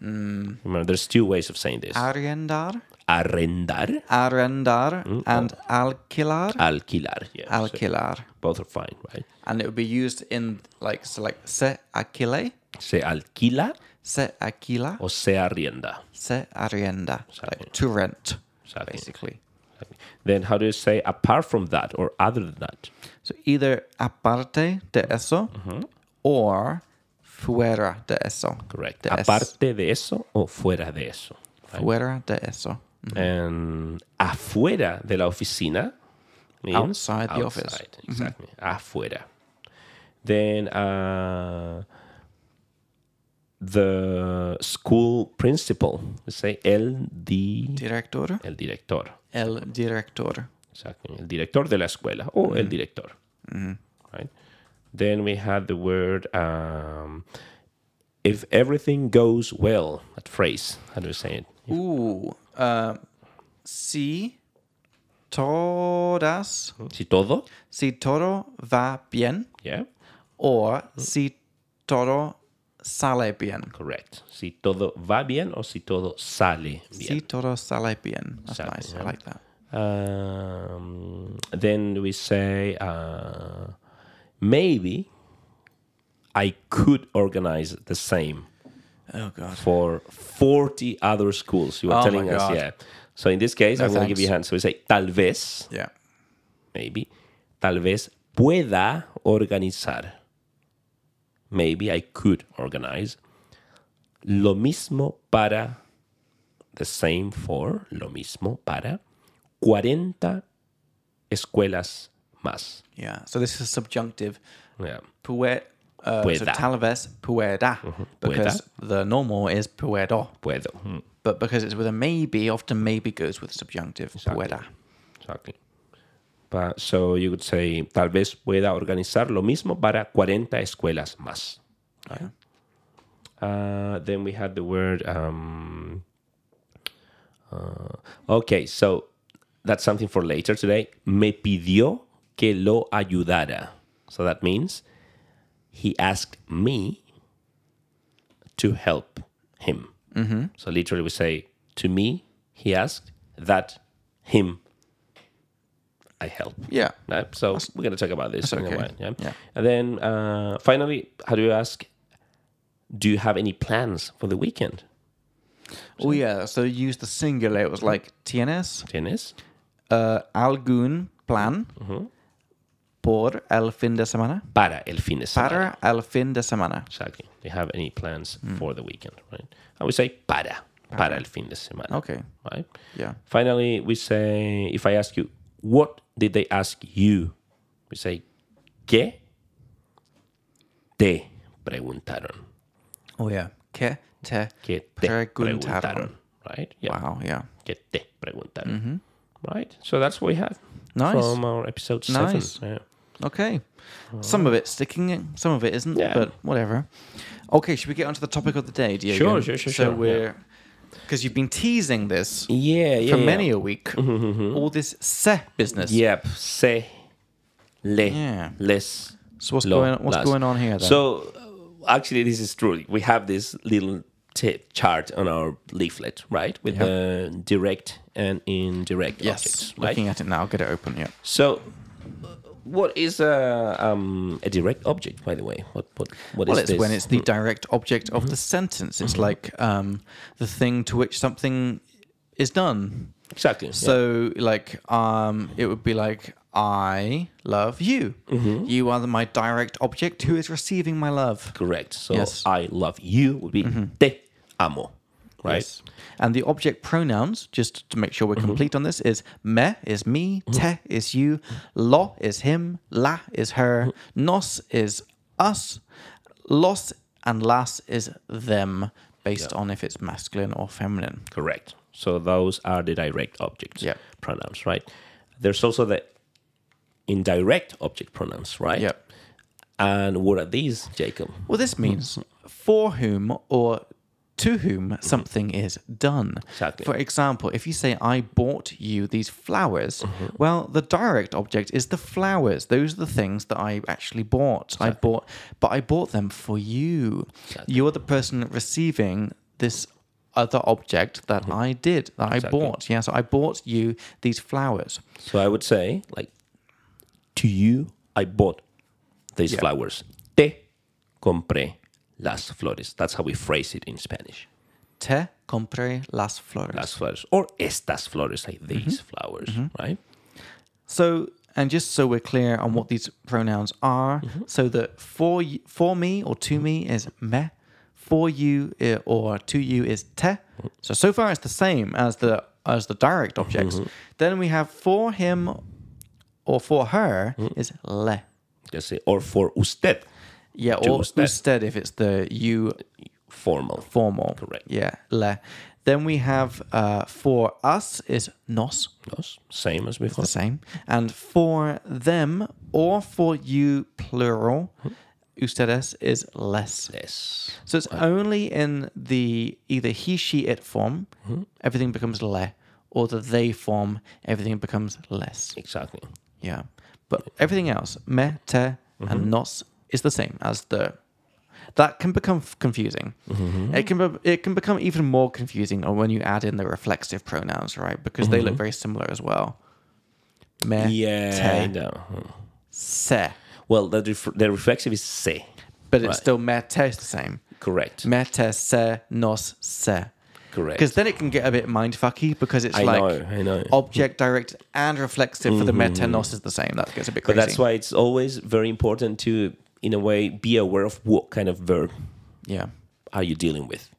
B: Remember, there's two ways of saying
A: Ah.
B: this.
A: arrendar,
B: Arrendar,
A: arrendar, and
B: Ah,
A: alquilar?
B: alquilar. Yeah, so
A: Alquilar.
B: both are fine, right?
A: And it would be used in like, so like se alquile,
B: Se alquila
A: se alquila,
B: o se arrienda.
A: se arrienda. Like to rent,
B: Exactly.
A: basically.
B: Exactly. Then how do you say apart from that or other than that?
A: So either aparte de eso
B: Mm-hmm.
A: or fuera de eso.
B: Correct.
A: De es-
B: Aparte de eso o fuera de eso. right?
A: Fuera de eso.
B: And afuera de la oficina means
A: Outside the office. Mm-hmm.
B: Exactly. Afuera. Then uh, the school principal, we say el di
A: Director,
B: el director.
A: el director.
B: Exactly. El director de la escuela o el director. Right. Then we had the word um, if everything goes well, that phrase. How do you say it?
A: Ooh, um, si todas,
B: Si todo.
A: si todo va bien,
B: Yeah.
A: or
B: Mm-hmm.
A: si todo sale bien.
B: Correct. Si todo va bien o si todo sale bien.
A: Si todo sale bien. That's
B: Sale
A: nice. I
B: bien.
A: like that.
B: Um, then we say, uh, maybe I could organize the same
A: Oh god.
B: for 40 other schools. You were
A: Oh my
B: telling us,
A: God.
B: yeah. So in this case, I'm going to give
A: thanks.
B: you a hand. So we say, tal vez,
A: Yeah.
B: maybe, tal vez pueda organizar. Maybe I could organize. Lo mismo para, the same for, lo mismo para, 40 escuelas más.
A: Yeah. So this is subjunctive.
B: Yeah.
A: Puer, uh, so
B: Pueda.
A: tal vez pueda, because the normal is puedo.
B: Puedo. Mm,
A: But because it's with a maybe, often maybe goes with subjunctive. Pueda.
B: Exactly. But, so you could say, tal vez pueda organizar lo mismo para 40 escuelas más.
A: Yeah.
B: Uh, then we had the word. Um, uh, okay, so that's something for later today. Me pidió que lo ayudara. So that means he asked me to help him. So literally, we say to me, he asked that him. I help.
A: Yeah.
B: Right? So we're going to talk about this in
A: okay.
B: a while. Yeah?
A: Yeah.
B: And then uh, finally, how do you ask? Do you have any plans for the weekend?
A: Oh yeah. So use the singular. It was like tienes
B: Tienes?
A: uh, algún plan por el fin de semana.
B: Para el fin de semana.
A: Para el fin de semana.
B: Exactly. Do you have any plans for the weekend? Right. I would say para. Para, el fin de semana.
A: Okay.
B: Right.
A: Yeah.
B: Finally, we say if I ask you, what did they ask you? We say, ¿qué te preguntaron?
A: Oh yeah. Que te
B: ¿Qué te
A: preguntaron.
B: Right. Yeah.
A: Wow. Yeah.
B: que te preguntaron. Right? So that's what we have
A: Nice.
B: from our episode
A: Nice.
B: seven. Yeah.
A: Okay. Some of it's sticking, some of it isn't,
B: Yeah.
A: but whatever. Okay, should we get onto the topic of the day, Diego?
B: Sure, sure, sure,
A: So
B: sure,
A: we're because you've been teasing this
B: Yeah, yeah. Mm-hmm,
A: for many a week. All this se business.
B: Yep. Se, le,
A: Yeah.
B: les.
A: So what's
B: lo,
A: going what's
B: las.
A: going on here then?
B: So uh, actually, this is true. We have this little t- chart on our leaflet, right, with the direct and indirect
A: yes,
B: objects, right?
A: looking at it now, get it open. Yeah.
B: So. uh, What is a um, a direct object, by the way? What what what is
A: Well, it's
B: this? Mm-hmm.
A: when it's the direct object of the sentence. It's like um, the thing to which something is done.
B: exactly yeah.
A: So, like, um, it would be like, I love you.
B: Mm-hmm.
A: You are the, my direct object who is receiving my love.
B: Correct. So
A: Yes. Mm-hmm.
B: I love you would be te amo, right? Mm-hmm.
A: Yes. And the object pronouns, just to make sure we're complete on this, is me is me, te is you, lo is him, la is her,
B: Mm-hmm.
A: nos is us, los and las is them, based on if it's masculine or feminine.
B: Correct. So those are the direct objects
A: Yep.
B: pronouns, right? There's also the indirect object pronouns, right?
A: Yep.
B: And what are these, Jacob?
A: Well, this means for whom or to whom something is done.
B: Exactly.
A: For example, if you say, I bought you these flowers, well, the direct object is the flowers. Those are the things that I actually bought. I bought, but I bought them for you. You're the person receiving this other object that I did, that I bought. Yeah, so I bought you these flowers.
B: So I would say like to you I bought these flowers. Te compré las flores. That's how we phrase it in Spanish.
A: Te compré las flores.
B: Las flores or estas flores like these
A: Mm-hmm.
B: flowers, right?
A: So, and just so we're clear on what these pronouns are,
B: Mm-hmm.
A: so that for y- for me or to me is me, for you i- or to you is te. So so far it's the same as the as the direct objects.
B: Mm-hmm.
A: Then we have for him or for her
B: Mm.
A: is le.
B: Just say or for usted
A: Yeah, or
B: usted.
A: usted if it's the you
B: formal.
A: formal.
B: Correct.
A: Yeah, le. Then we have uh, for us is nos.
B: Those, same as before.
A: the same. And for them or for you, plural, ustedes is less.
B: Yes.
A: So it's only in the either he, she, it form, everything becomes le, or the they form, everything becomes less.
B: Exactly.
A: Yeah. But everything else, me, te,
B: Mm-hmm.
A: and nos, is the same as the. That can become f- confusing.
B: Mm-hmm.
A: It can be, it can become even more confusing when you add in the reflexive pronouns, right? Because they look very
B: Mm-hmm.
A: similar as well. Me,
B: Yeah.
A: Eh, te,
B: no.
A: se,
B: Well, the, ref- the reflexive is se.
A: but it's
B: Right.
A: still me, te is the same.
B: Correct.
A: Me, te, se, nos, se.
B: Correct.
A: Because then it can get a bit mindfucky because it's
B: I
A: like
B: know, I know.
A: object directed and reflexive for the meta nos is the same. That gets a bit
B: But
A: crazy.
B: that's why it's always very important to, in a way, be aware of what kind of verb
A: yeah.
B: are you dealing with.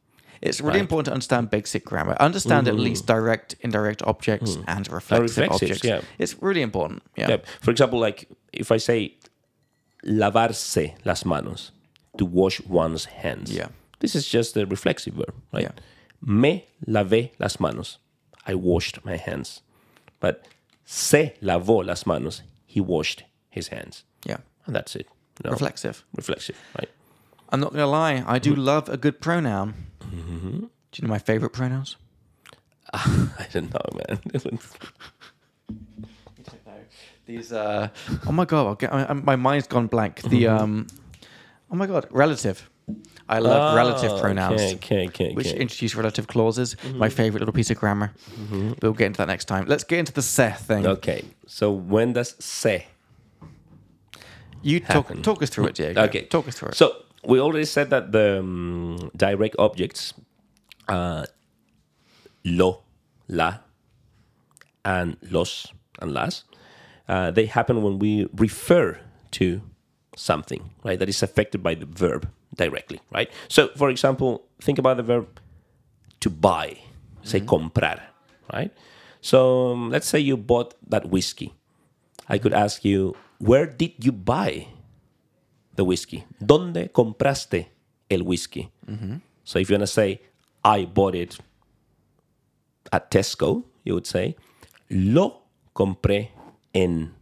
A: It's really important to understand basic grammar. Understand at least direct, indirect objects and reflexive
B: Mm. reflexives,
A: objects.
B: yeah.
A: It's really important. Yeah.
B: Yep. For example, like if I say lavarse las manos, to wash one's hands.
A: Yeah.
B: This is just a reflexive verb, right?
A: Yeah.
B: Me lavé las manos. I washed my hands. But se lavó las manos. He washed his hands.
A: Yeah.
B: And that's it. No.
A: Reflexive.
B: Reflexive, right?
A: I'm not going to lie. I
B: Mm.
A: do love a good pronoun.
B: Mm-hmm.
A: Do you know my favorite pronouns?
B: I don't know, man.
A: These. Uh, oh my god! I'll get, I, I- my mind's gone blank. The.
B: Mm-hmm.
A: Um, oh my god! Relative. I love relative
B: Ah,
A: pronouns.
B: Okay, okay, okay.
A: Which
B: okay. Mm-hmm.
A: introduce relative clauses, my favorite little piece of grammar. But we'll get into that next time. Let's get into the Seth thing.
B: okay. So when does se
A: You talk,
B: happen.
A: talk us through it, Diego.
B: Okay,
A: Talk us through it.
B: So we already said that the um, direct objects, uh, lo, la, and los and las, uh, they happen when we refer to something, right? That is affected by the verb directly, right? So, for example, think about the verb to buy, say
A: Mm-hmm.
B: comprar, right? So um, let's say you bought that whiskey. I could ask you, where did you buy the whiskey? ¿Dónde compraste el whiskey? So if you want to say, I bought it at Tesco, you would say, lo compré en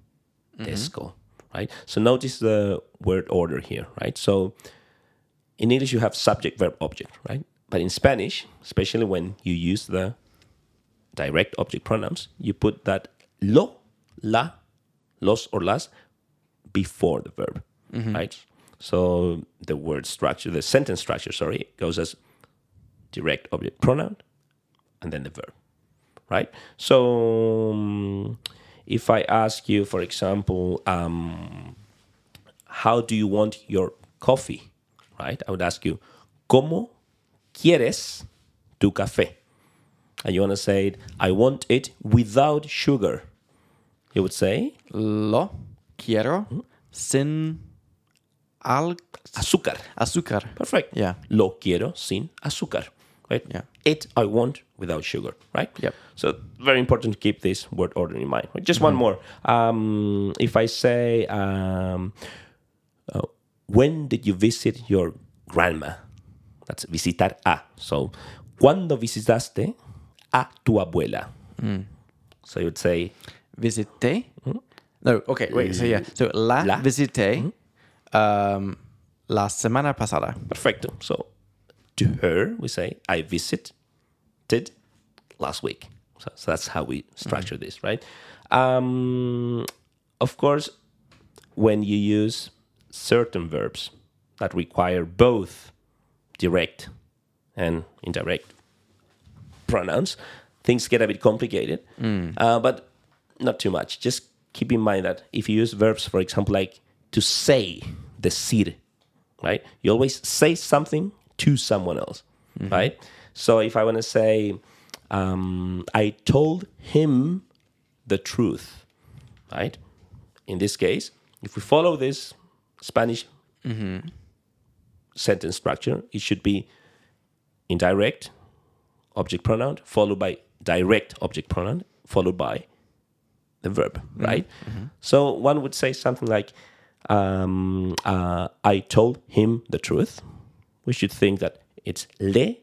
B: Tesco, right? So notice the word order here, right? So in English, you have subject, verb, object, right? But in Spanish, especially when you use the direct object pronouns, you put that lo, la, los, or las before the verb, right? So the word structure, the sentence structure, sorry, goes as direct object pronoun and then the verb, right? So um, if I ask you, for example, um, how do you want your coffee, right? I would ask you, ¿Cómo quieres tu café? And you want to say it, I want it without sugar. You would say,
A: Lo quiero
B: Mm.
A: sin al
B: azúcar.
A: azúcar.
B: Perfect.
A: Yeah.
B: Lo quiero sin azúcar. Right?
A: Yeah.
B: It I want without sugar. Right?
A: Yep.
B: So very important to keep this word order in mind. Right? Just
A: Mm-hmm.
B: one more. Um, if I say, um, uh, when did you visit your grandma? That's visitar a. So, ¿cuándo visitaste a tu abuela?
A: Mm.
B: So you would say,
A: visité. No, okay, wait. So yeah, so la,
B: Mm. La. Mm.
A: visité um, la semana pasada.
B: Perfecto. So to her, we say, I visited last week. So, so that's how we structure this, right? Um, of course, when you use certain verbs that require both direct and indirect pronouns, things get a bit complicated, uh, but not too much. Just keep in mind that if you use verbs, for example, like to say, decir, right? You always say something to someone else, right? So if I want to say, um, I told him the truth, right? In this case, if we follow this Spanish sentence structure, it should be indirect object pronoun followed by direct object pronoun followed by the verb,
A: Mm-hmm.
B: right? So one would say something like, um, uh, I told him the truth. We should think that it's le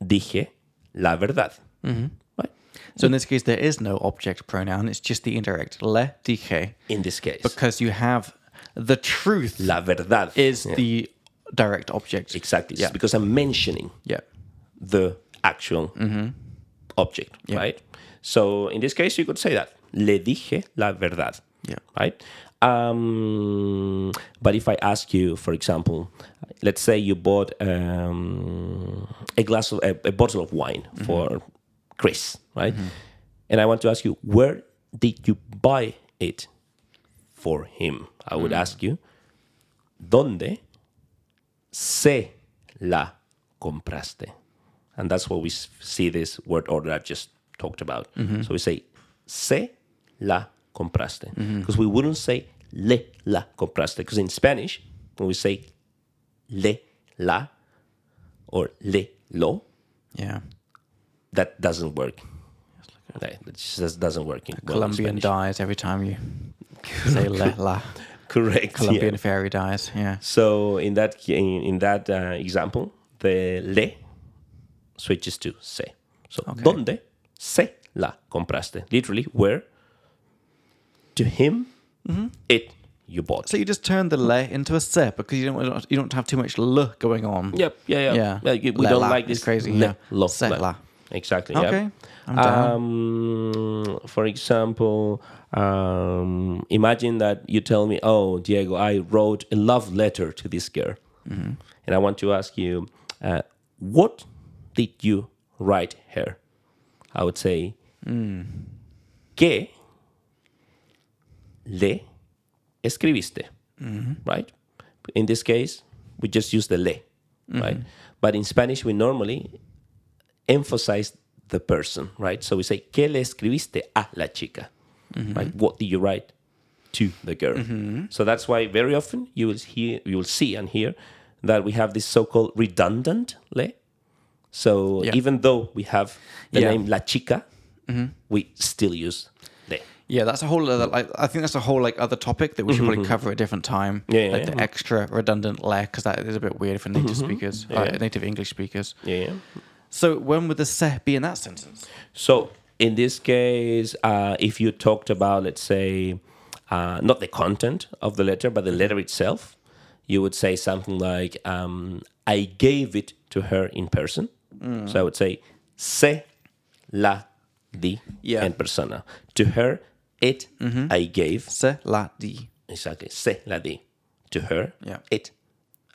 B: dije la verdad.
A: Mm-hmm.
B: Right?
A: So in this case, there is no object pronoun. It's just the indirect le dije
B: In this case,
A: because you have the truth
B: la verdad
A: is the direct object.
B: exactly it's
A: Yeah.
B: because I'm mentioning
A: Yeah.
B: the actual object, right? So in this case, you could say that le dije la verdad,
A: Yeah.
B: right? Um, but if I ask you, for example, let's say you bought um, a glass of a, a bottle of wine for Chris, right? Mm-hmm. And I want to ask you, where did you buy it for him? I would ask you, ¿dónde se la compraste? And that's what we s- see this word order I've just talked about.
C: Mm-hmm.
B: So we say se la compraste
C: Mm-hmm.
B: because we wouldn't say le la compraste because in Spanish when we say le la or le lo
A: Yeah.
B: that doesn't work. That that just doesn't work in well in
C: Colombian
B: Spanish.
C: dies every time you say la. la.
B: Correct. yeah.
C: Colombian fairy dies. Yeah.
B: So in that in, in that uh, example, the le switches to se. So donde se la compraste? Literally, where to him
C: Mm-hmm.
B: it you bought.
A: So you just turned the le into a se because you don't you don't have too much le going on.
B: Yep. Yeah. Yeah.
C: Yeah.
B: Like, we
C: Le
B: don't
C: la
B: like
C: is
B: this
C: crazy,
B: Le,
C: yeah.
B: lo,
C: Se
B: la.
C: la.
B: Exactly. yeah.
A: Okay. I'm down.
B: Um, for example, um, imagine that you tell me, "Oh, Diego, I wrote a love letter to this girl," and I want to ask you, uh, "What did you write her?" I would say, "¿Qué le escribiste?"
C: Mm-hmm.
B: Right? In this case, we just use the le,
C: Mm-hmm.
B: right? But in Spanish, we normally emphasize the person, right? So we say, ¿qué le escribiste a la chica?
C: Mm-hmm.
B: Right? What did you write to the girl? So that's why very often you will hear, you will see and hear that we have this so-called redundant le. So
C: Yeah.
B: even though we have the
C: Yeah. Mm-hmm.
B: name la chica, we still use le.
C: Yeah, that's a whole other. Like, I think that's a whole like other topic that we should probably cover at a different time.
B: Mm-hmm.
C: like
B: Yeah, yeah, Mm-hmm.
C: the extra redundant layer because that is a bit weird for native speakers, uh, native English speakers.
B: Yeah.
A: So when would the se be in that sentence?
B: So in this case, uh, if you talked about, let's say, uh, not the content of the letter, but the
A: Mm-hmm.
B: letter itself, you would say something like, um, I gave it to her in person.
A: Mm.
B: So I would say, se la di
A: Yeah. Mm-hmm.
B: en persona. To her, it I gave.
A: Se la di.
B: Exactly. Se la di. To her,
A: Yeah.
B: it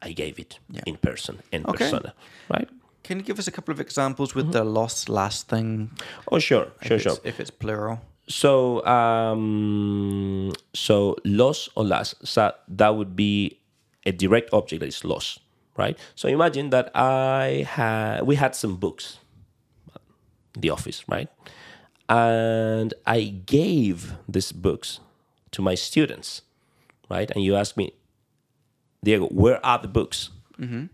B: I gave it
A: Yeah.
B: in person, en
A: Okay.
B: persona. Right?
A: Can you give us a couple of examples with the lost last thing?
B: Oh, sure, Mm-hmm. sure,
A: if
B: sure.
A: it's- If it's plural.
B: So, um, so los or las, so that would be a direct object that is los, right? So imagine that I had we had some books in the office, right? And I gave these books to my students, right? And you ask me, Diego, where are the books? You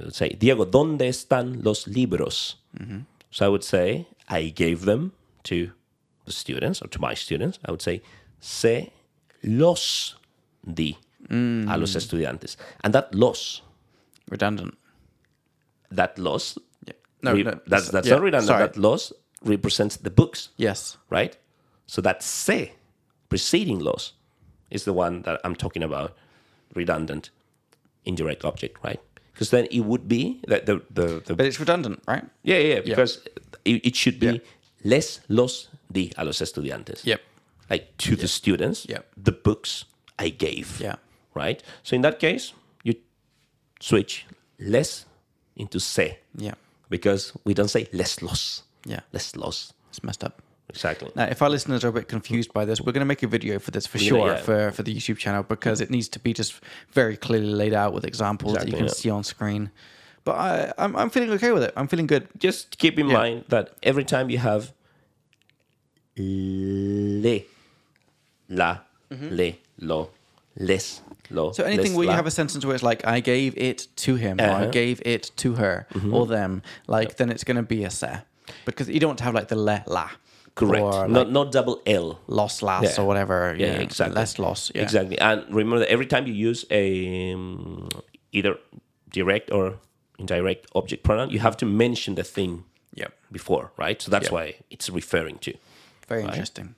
B: would say, Diego, ¿dónde están los libros? So I would say, I gave them to the students or to my students. I would say, se los di a
A: Mm.
B: los estudiantes. And that los,
C: Redundant.
B: that los,
A: No,
B: re-
A: no,
B: that's,
A: so-
B: that's
A: yeah,
B: not redundant.
A: sorry.
B: That los represents the books,
A: Yes.
B: right? So that se, preceding los, is the one that I'm talking about, redundant, indirect object, right? Because then it would be that the, the, the
A: But it's redundant, right?
B: Yeah, yeah, yeah, because it, it should be les los di a los estudiantes.
C: Yep.
B: Like to the students,
C: Yep.
B: the books I gave.
C: Yeah.
B: Right? So in that case, you switch les into se
C: Yeah.
B: because we don't say les los.
C: Yeah.
B: Les los.
C: It's messed up.
B: Exactly.
A: Now, if our listeners are a bit confused by this, we're going to make a video for this for sure
B: yeah.
A: for, for the YouTube channel because it needs to be just very clearly laid out with examples that you
B: Exactly,
A: can
B: yeah.
A: see on screen. But I, I'm, I'm feeling okay with it. I'm feeling good.
B: Just keep in mind that every time you have le, la, le, lo, les, lo.
A: Mm-hmm. So anything
B: les,
A: where you
B: la.
A: have a sentence where it's like I gave it to him or I
B: Uh-huh. Mm-hmm.
A: gave it to her or them, like then it's going to be a se because you don't want to have like the le la
B: correct,
A: or like,
B: not not double l.
A: lost last
B: Yeah.
A: or whatever.
B: Yeah,
A: you know,
B: exactly.
A: Less loss. Yeah.
B: Exactly. And remember that every time you use a um, either direct or indirect object pronoun, you have to mention the thing
A: Yep.
B: before, right? So that's
A: Yep.
B: why it's referring to.
A: Very interesting.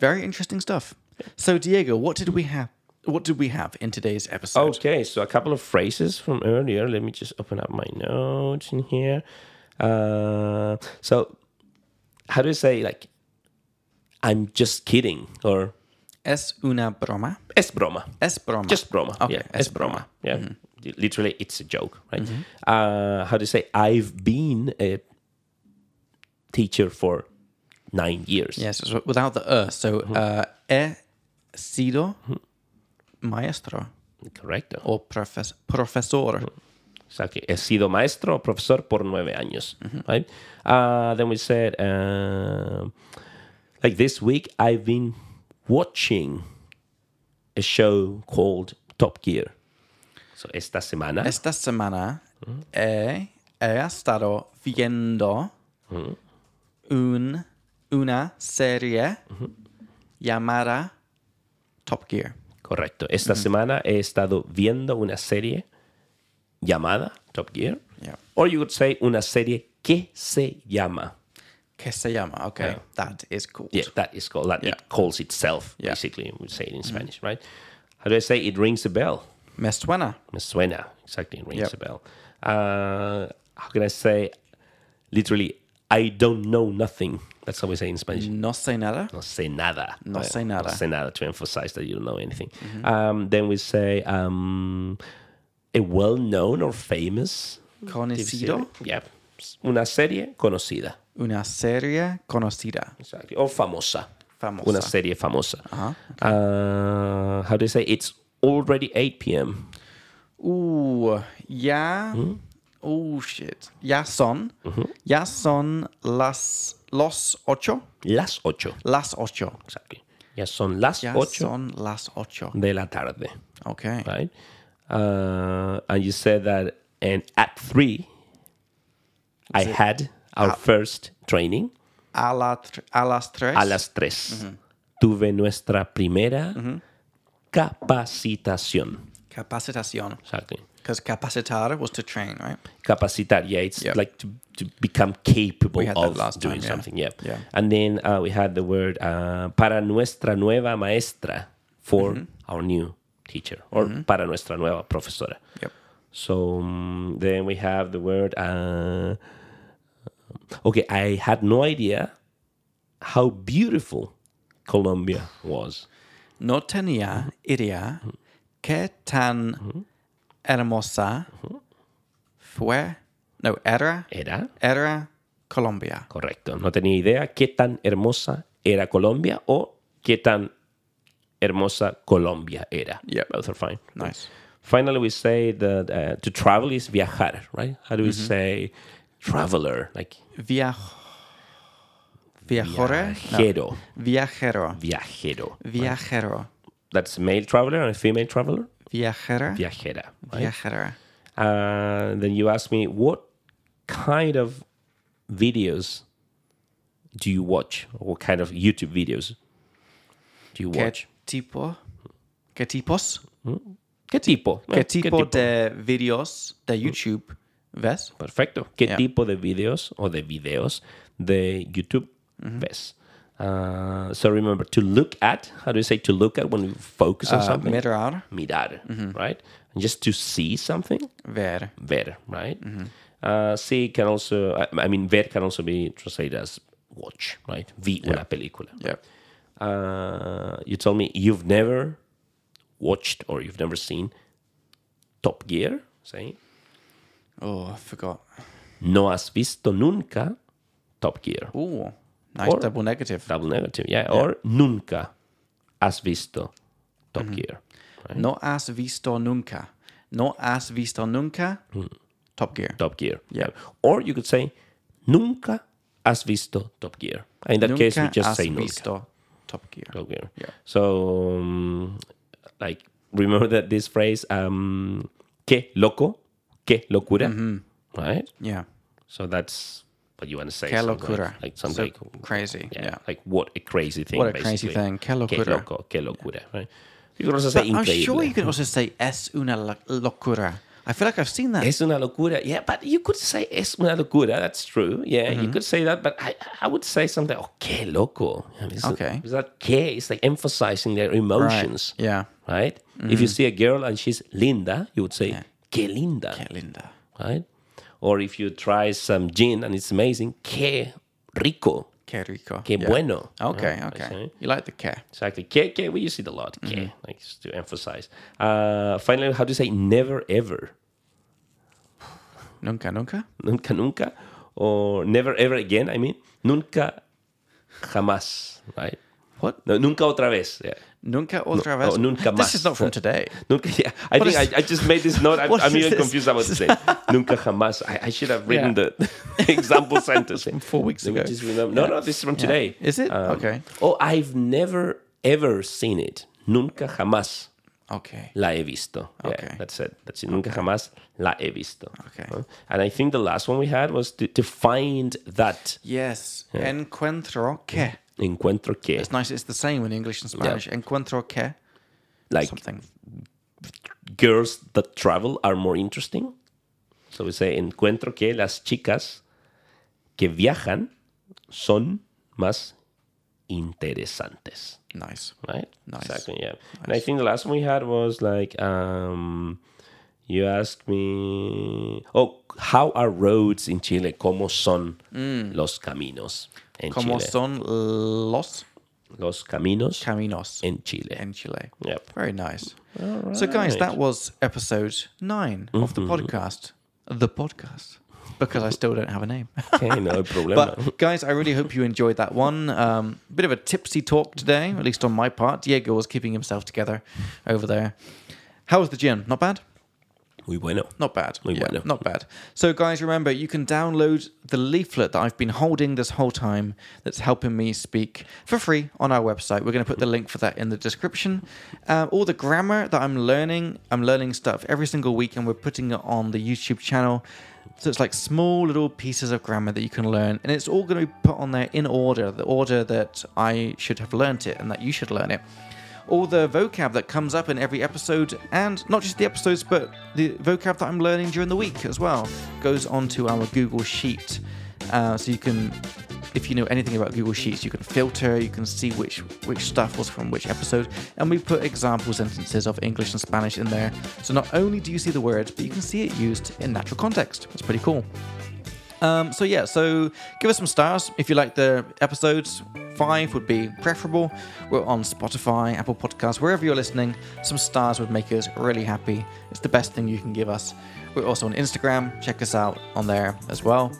A: Very interesting stuff. So Diego, what did we have? What did we have in today's episode?
B: Okay, so a couple of phrases from earlier. Let me just open up my notes in here. Uh, so, how do you say like, "I'm just kidding" or
A: Es una broma.
B: "Es broma"?
A: Es broma.
B: Just broma.
A: Okay,
B: yeah,
A: es
B: es broma. Yeah, literally, it's a joke, right? Uh, how do you say? I've been a teacher for nine years.
A: yes, it's without the er. So
B: Mm-hmm.
A: uh, he sido maestro
B: Correcto.
A: or profes- profesor.
B: Mm-hmm. Exactly. He sido maestro o profesor por nueve años. Right? Uh, then we said, um like this week, I've been watching a show called Top Gear. So esta semana.
A: Esta semana
B: Mm-hmm. Mm-hmm.
A: he, he estado viendo un una serie
B: Mm-hmm.
A: llamada Top Gear.
B: Correcto. Esta semana he estado viendo una serie llamada Top Gear.
A: Yeah.
B: Or you could say una serie que se llama.
A: Que se llama. Okay,
B: Yeah.
A: that is cool.
B: Yeah, that is called that.
A: Yeah.
B: It calls itself,
A: Yeah.
B: basically. We say it in Spanish, right? How do I say it rings a bell?
A: Me suena.
B: Me suena. Exactly, it rings
A: Yep.
B: a bell. Uh, how can I say? Literally, I don't know nothing. That's how we say in Spanish.
A: No sé nada.
B: No sé nada.
A: No
B: Right?
A: sé nada. Mm-hmm.
B: No sé nada to emphasize that you don't know anything. Um, then we say um, a well-known or famous
A: Conocido.
B: Yeah. Una serie conocida.
A: Una serie conocida.
B: Exactly. O famosa.
A: Famosa.
B: Una serie famosa. Uh, how do you say? It's already 8 p.m.
A: Uh, ya.
B: ¿Mm?
A: Oh shit. Ya son. Ya son las los ocho.
B: Las 8.
A: Las ocho.
B: Exactly. Ya son las
A: Ya
B: 8
A: son las ocho.
B: de la tarde.
A: Okay.
B: Right? Uh, and you said that and at 3 I had our first training
A: A, la tr- a las tres.
B: a las 3.
A: Mm-hmm.
B: Tuve nuestra primera capacitación.
A: Capacitación.
B: Exactly.
A: Because capacitar was to train, right?
B: capacitar. Yeah, it's
A: Yep.
B: like to, to become capable
A: We had that
B: of
A: last
B: doing
A: time, yeah.
B: something. Yeah.
A: Yeah.
B: And then uh, we had the word uh, para nuestra nueva maestra for
A: Mm-hmm.
B: our new teacher or para nuestra nueva profesora.
A: Yep.
B: So um, then we have the word. Uh, okay, I had no idea how beautiful Colombia was.
A: No tenía idea que tan hermosa fue. No, era.
B: Era
A: Era Colombia.
B: Correcto. No tenía idea qué tan hermosa era Colombia o qué tan hermosa Colombia era.
A: Yep.
B: Both are fine.
A: Nice.
B: Finally, we say that uh, to travel is viajar, right? How do we
A: Mm-hmm.
B: say traveler? Like
A: Viaj. Viajore. No.
B: viajero.
A: Viajero.
B: Viajero.
A: Viajero.
B: That's male traveler and female traveler.
A: Viajera.
B: Viajera. Right?
A: Viajera.
B: Uh, then you ask me, what kind of videos do you watch? What kind of YouTube videos do you
A: ¿Qué
B: watch?
A: tipo? ¿Qué tipos?
B: ¿Qué tipo?
A: ¿Qué tipo Mm. de videos de YouTube ves?
B: Perfecto. ¿Qué
A: Yeah.
B: tipo de videos o de videos de YouTube
A: Mm-hmm.
B: ves? Uh, so remember to look at. How do you say to look at when you focus on
A: Uh, Mm-hmm.
B: something?
A: mirar.
B: Mirar, right? And just to see something,
A: Ver.
B: ver, right?
A: Mm-hmm.
B: Uh, see can also, I, I mean, ver can also be translated as watch, right? Vi una película.
A: Yep.
B: Uh, you told me you've never watched or you've never seen Top Gear, say?
A: Oh, I forgot.
B: No has visto nunca Top Gear.
A: Ooh, nice
B: Or-
A: double negative.
B: Double negative, yeah. Or nunca has visto Top
A: Mm-hmm.
B: Gear. right?
A: No has visto nunca. No has visto nunca.
B: Hmm.
A: Top Gear.
B: Top Gear. Yeah. Or you could say nunca has visto Top Gear. In that case, we
A: Nunca
B: just
A: has
B: say nunca.
A: visto Top Gear.
B: Top Gear.
A: Yeah.
B: So, um, like, remember that this phrase, um, que loco, que locura,
A: Mm-hmm.
B: right?
A: Yeah,
B: So that's what you want to say.
A: Que
B: something like-
A: locura.
B: Like, something
A: So
B: like
A: crazy.
B: Yeah.
A: Yeah.
B: Like what a crazy thing.
A: What a crazy
B: basically.
A: thing. Que
B: Que
A: locura.
B: loco, que locura. Right? You can also
A: But
B: say
A: I'm sure
B: increíble.
A: you can also say es una lo- locura. I feel like I've seen that.
B: Es una locura. Yeah, but you could say es una locura. That's true. Yeah, you
A: Mm-hmm.
B: could say that. But I, I would say something. Oh, que loco. I mean, it's-
A: Okay.
B: It's not que. It's like emphasizing their emotions.
A: Right. Yeah.
B: Right.
A: Mm.
B: If you see a girl and she's linda, you would say que linda.
A: Que linda.
B: Right. Or if you try some gin and it's amazing, que rico.
A: Que rico.
B: Que
A: Yeah.
B: bueno.
A: Okay,
B: Right? I
A: okay.
B: say.
A: You like the que.
B: Exactly. Que, que, we use it a lot. Que,
A: Mm-hmm.
B: like just to emphasize. Uh, finally, how do you say never ever?
A: Nunca, nunca.
B: Nunca, nunca. Or never ever again, I mean. Nunca jamás, right?
A: What?
B: No, nunca otra vez. Yeah.
A: Nunca otra vez.
B: oh, nunca
A: This
B: más.
A: is not from today.
B: Nunca, yeah. I
A: What
B: think
A: is-
B: I, I just made this note. I'm,
A: What
B: I'm
A: is
B: even
A: this?
B: confused about the same. nunca jamás. I, I should have written
A: Yeah.
B: the example sentence.
A: four weeks
B: Let me
A: ago.
B: just remember. No, no, this is from today. Um,
A: Is it? Okay.
B: Oh, I've never ever seen it. Nunca jamás.
A: Okay.
B: La he visto. Yeah,
A: Okay.
B: that's it. That's it. Nunca jamás la he visto.
A: Okay.
B: Huh? And I think the last one we had was to, to find that
A: Yes. Encuentro que.
B: encuentro que,
A: It's nice. It's the same in English and Spanish. Encuentro que
B: like
A: something.
B: girls that travel are more interesting. So we say encuentro que las chicas que viajan son más interesantes.
A: Nice.
B: right?
A: Nice.
B: Exactly, yeah. And I think the last one we had was like, um, you asked me, oh, how are roads in Chile? ¿Cómo son
A: Mm.
B: los caminos en
A: Como
B: Chile?
A: son los
B: Los caminos
A: caminos
B: en Chile.
A: in Chile.
B: yep.
A: Very nice. Eh. So, guys, that was episode 9 of the podcast. The podcast. Because I still don't have a name.
B: Okay, no problema.
A: But guys, I really hope you enjoyed that one. Um, bit of a tipsy talk today, at least on my part. Diego was keeping himself together over there. How was the gin? Not bad.
B: Muy bueno.
A: Not bad.
B: Muy bueno.
A: Not bad. So, guys, remember you can download the leaflet that I've been holding this whole time that's helping me speak for free on our website. We're going to put the link for that in the description. Uh, all the grammar that I'm learning, I'm learning stuff every single week, and we're putting it on the YouTube channel. So, it's like small little pieces of grammar that you can learn, and it's all going to be put on there in order the order that I should have learnt it and that you should learn it all the vocab that comes up in every episode, and not just the episodes, but the vocab that I'm learning during the week as well, goes onto our Google Sheet. Uh, so you can, if you know anything about Google Sheets, you can filter, you can see which which stuff was from which episode, and we put example sentences of English and Spanish in there. So not only do you see the words, but you can see it used in natural context. It's pretty cool. Um, so yeah, so give us some stars if you like the episodes. Five would be preferable. We're on Spotify, Apple Podcasts, wherever you're listening. Some stars would make us really happy. It's the best thing you can give us. We're also on Instagram. Check us out on there as well.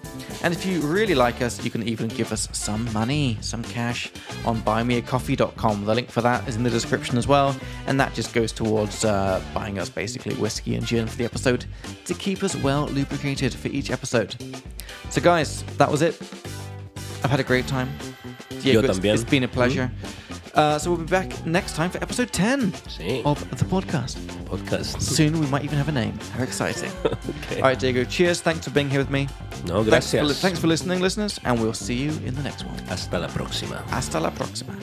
A: And if you really like us, you can even give us some money, some cash on buymeacoffee.com. The link for that is in the description as well. And that just goes towards uh, buying us basically whiskey and gin for the episode to keep us well lubricated for each episode. So, guys, that was it. I've had a great time. Diego, it's-
B: también. Mm-hmm.
A: it's been a pleasure. Uh, so, we'll be back next time for episode 10
B: Sí.
A: of the podcast.
B: Podcast.
A: Soon we might even have a name. How exciting. All right, Diego, cheers. Thanks for being here with me.
B: No,
A: Thanks for, li-
B: gracias.
A: thanks for listening, listeners, and we'll see you in the next one.
B: Hasta la próxima.
A: Hasta la próxima.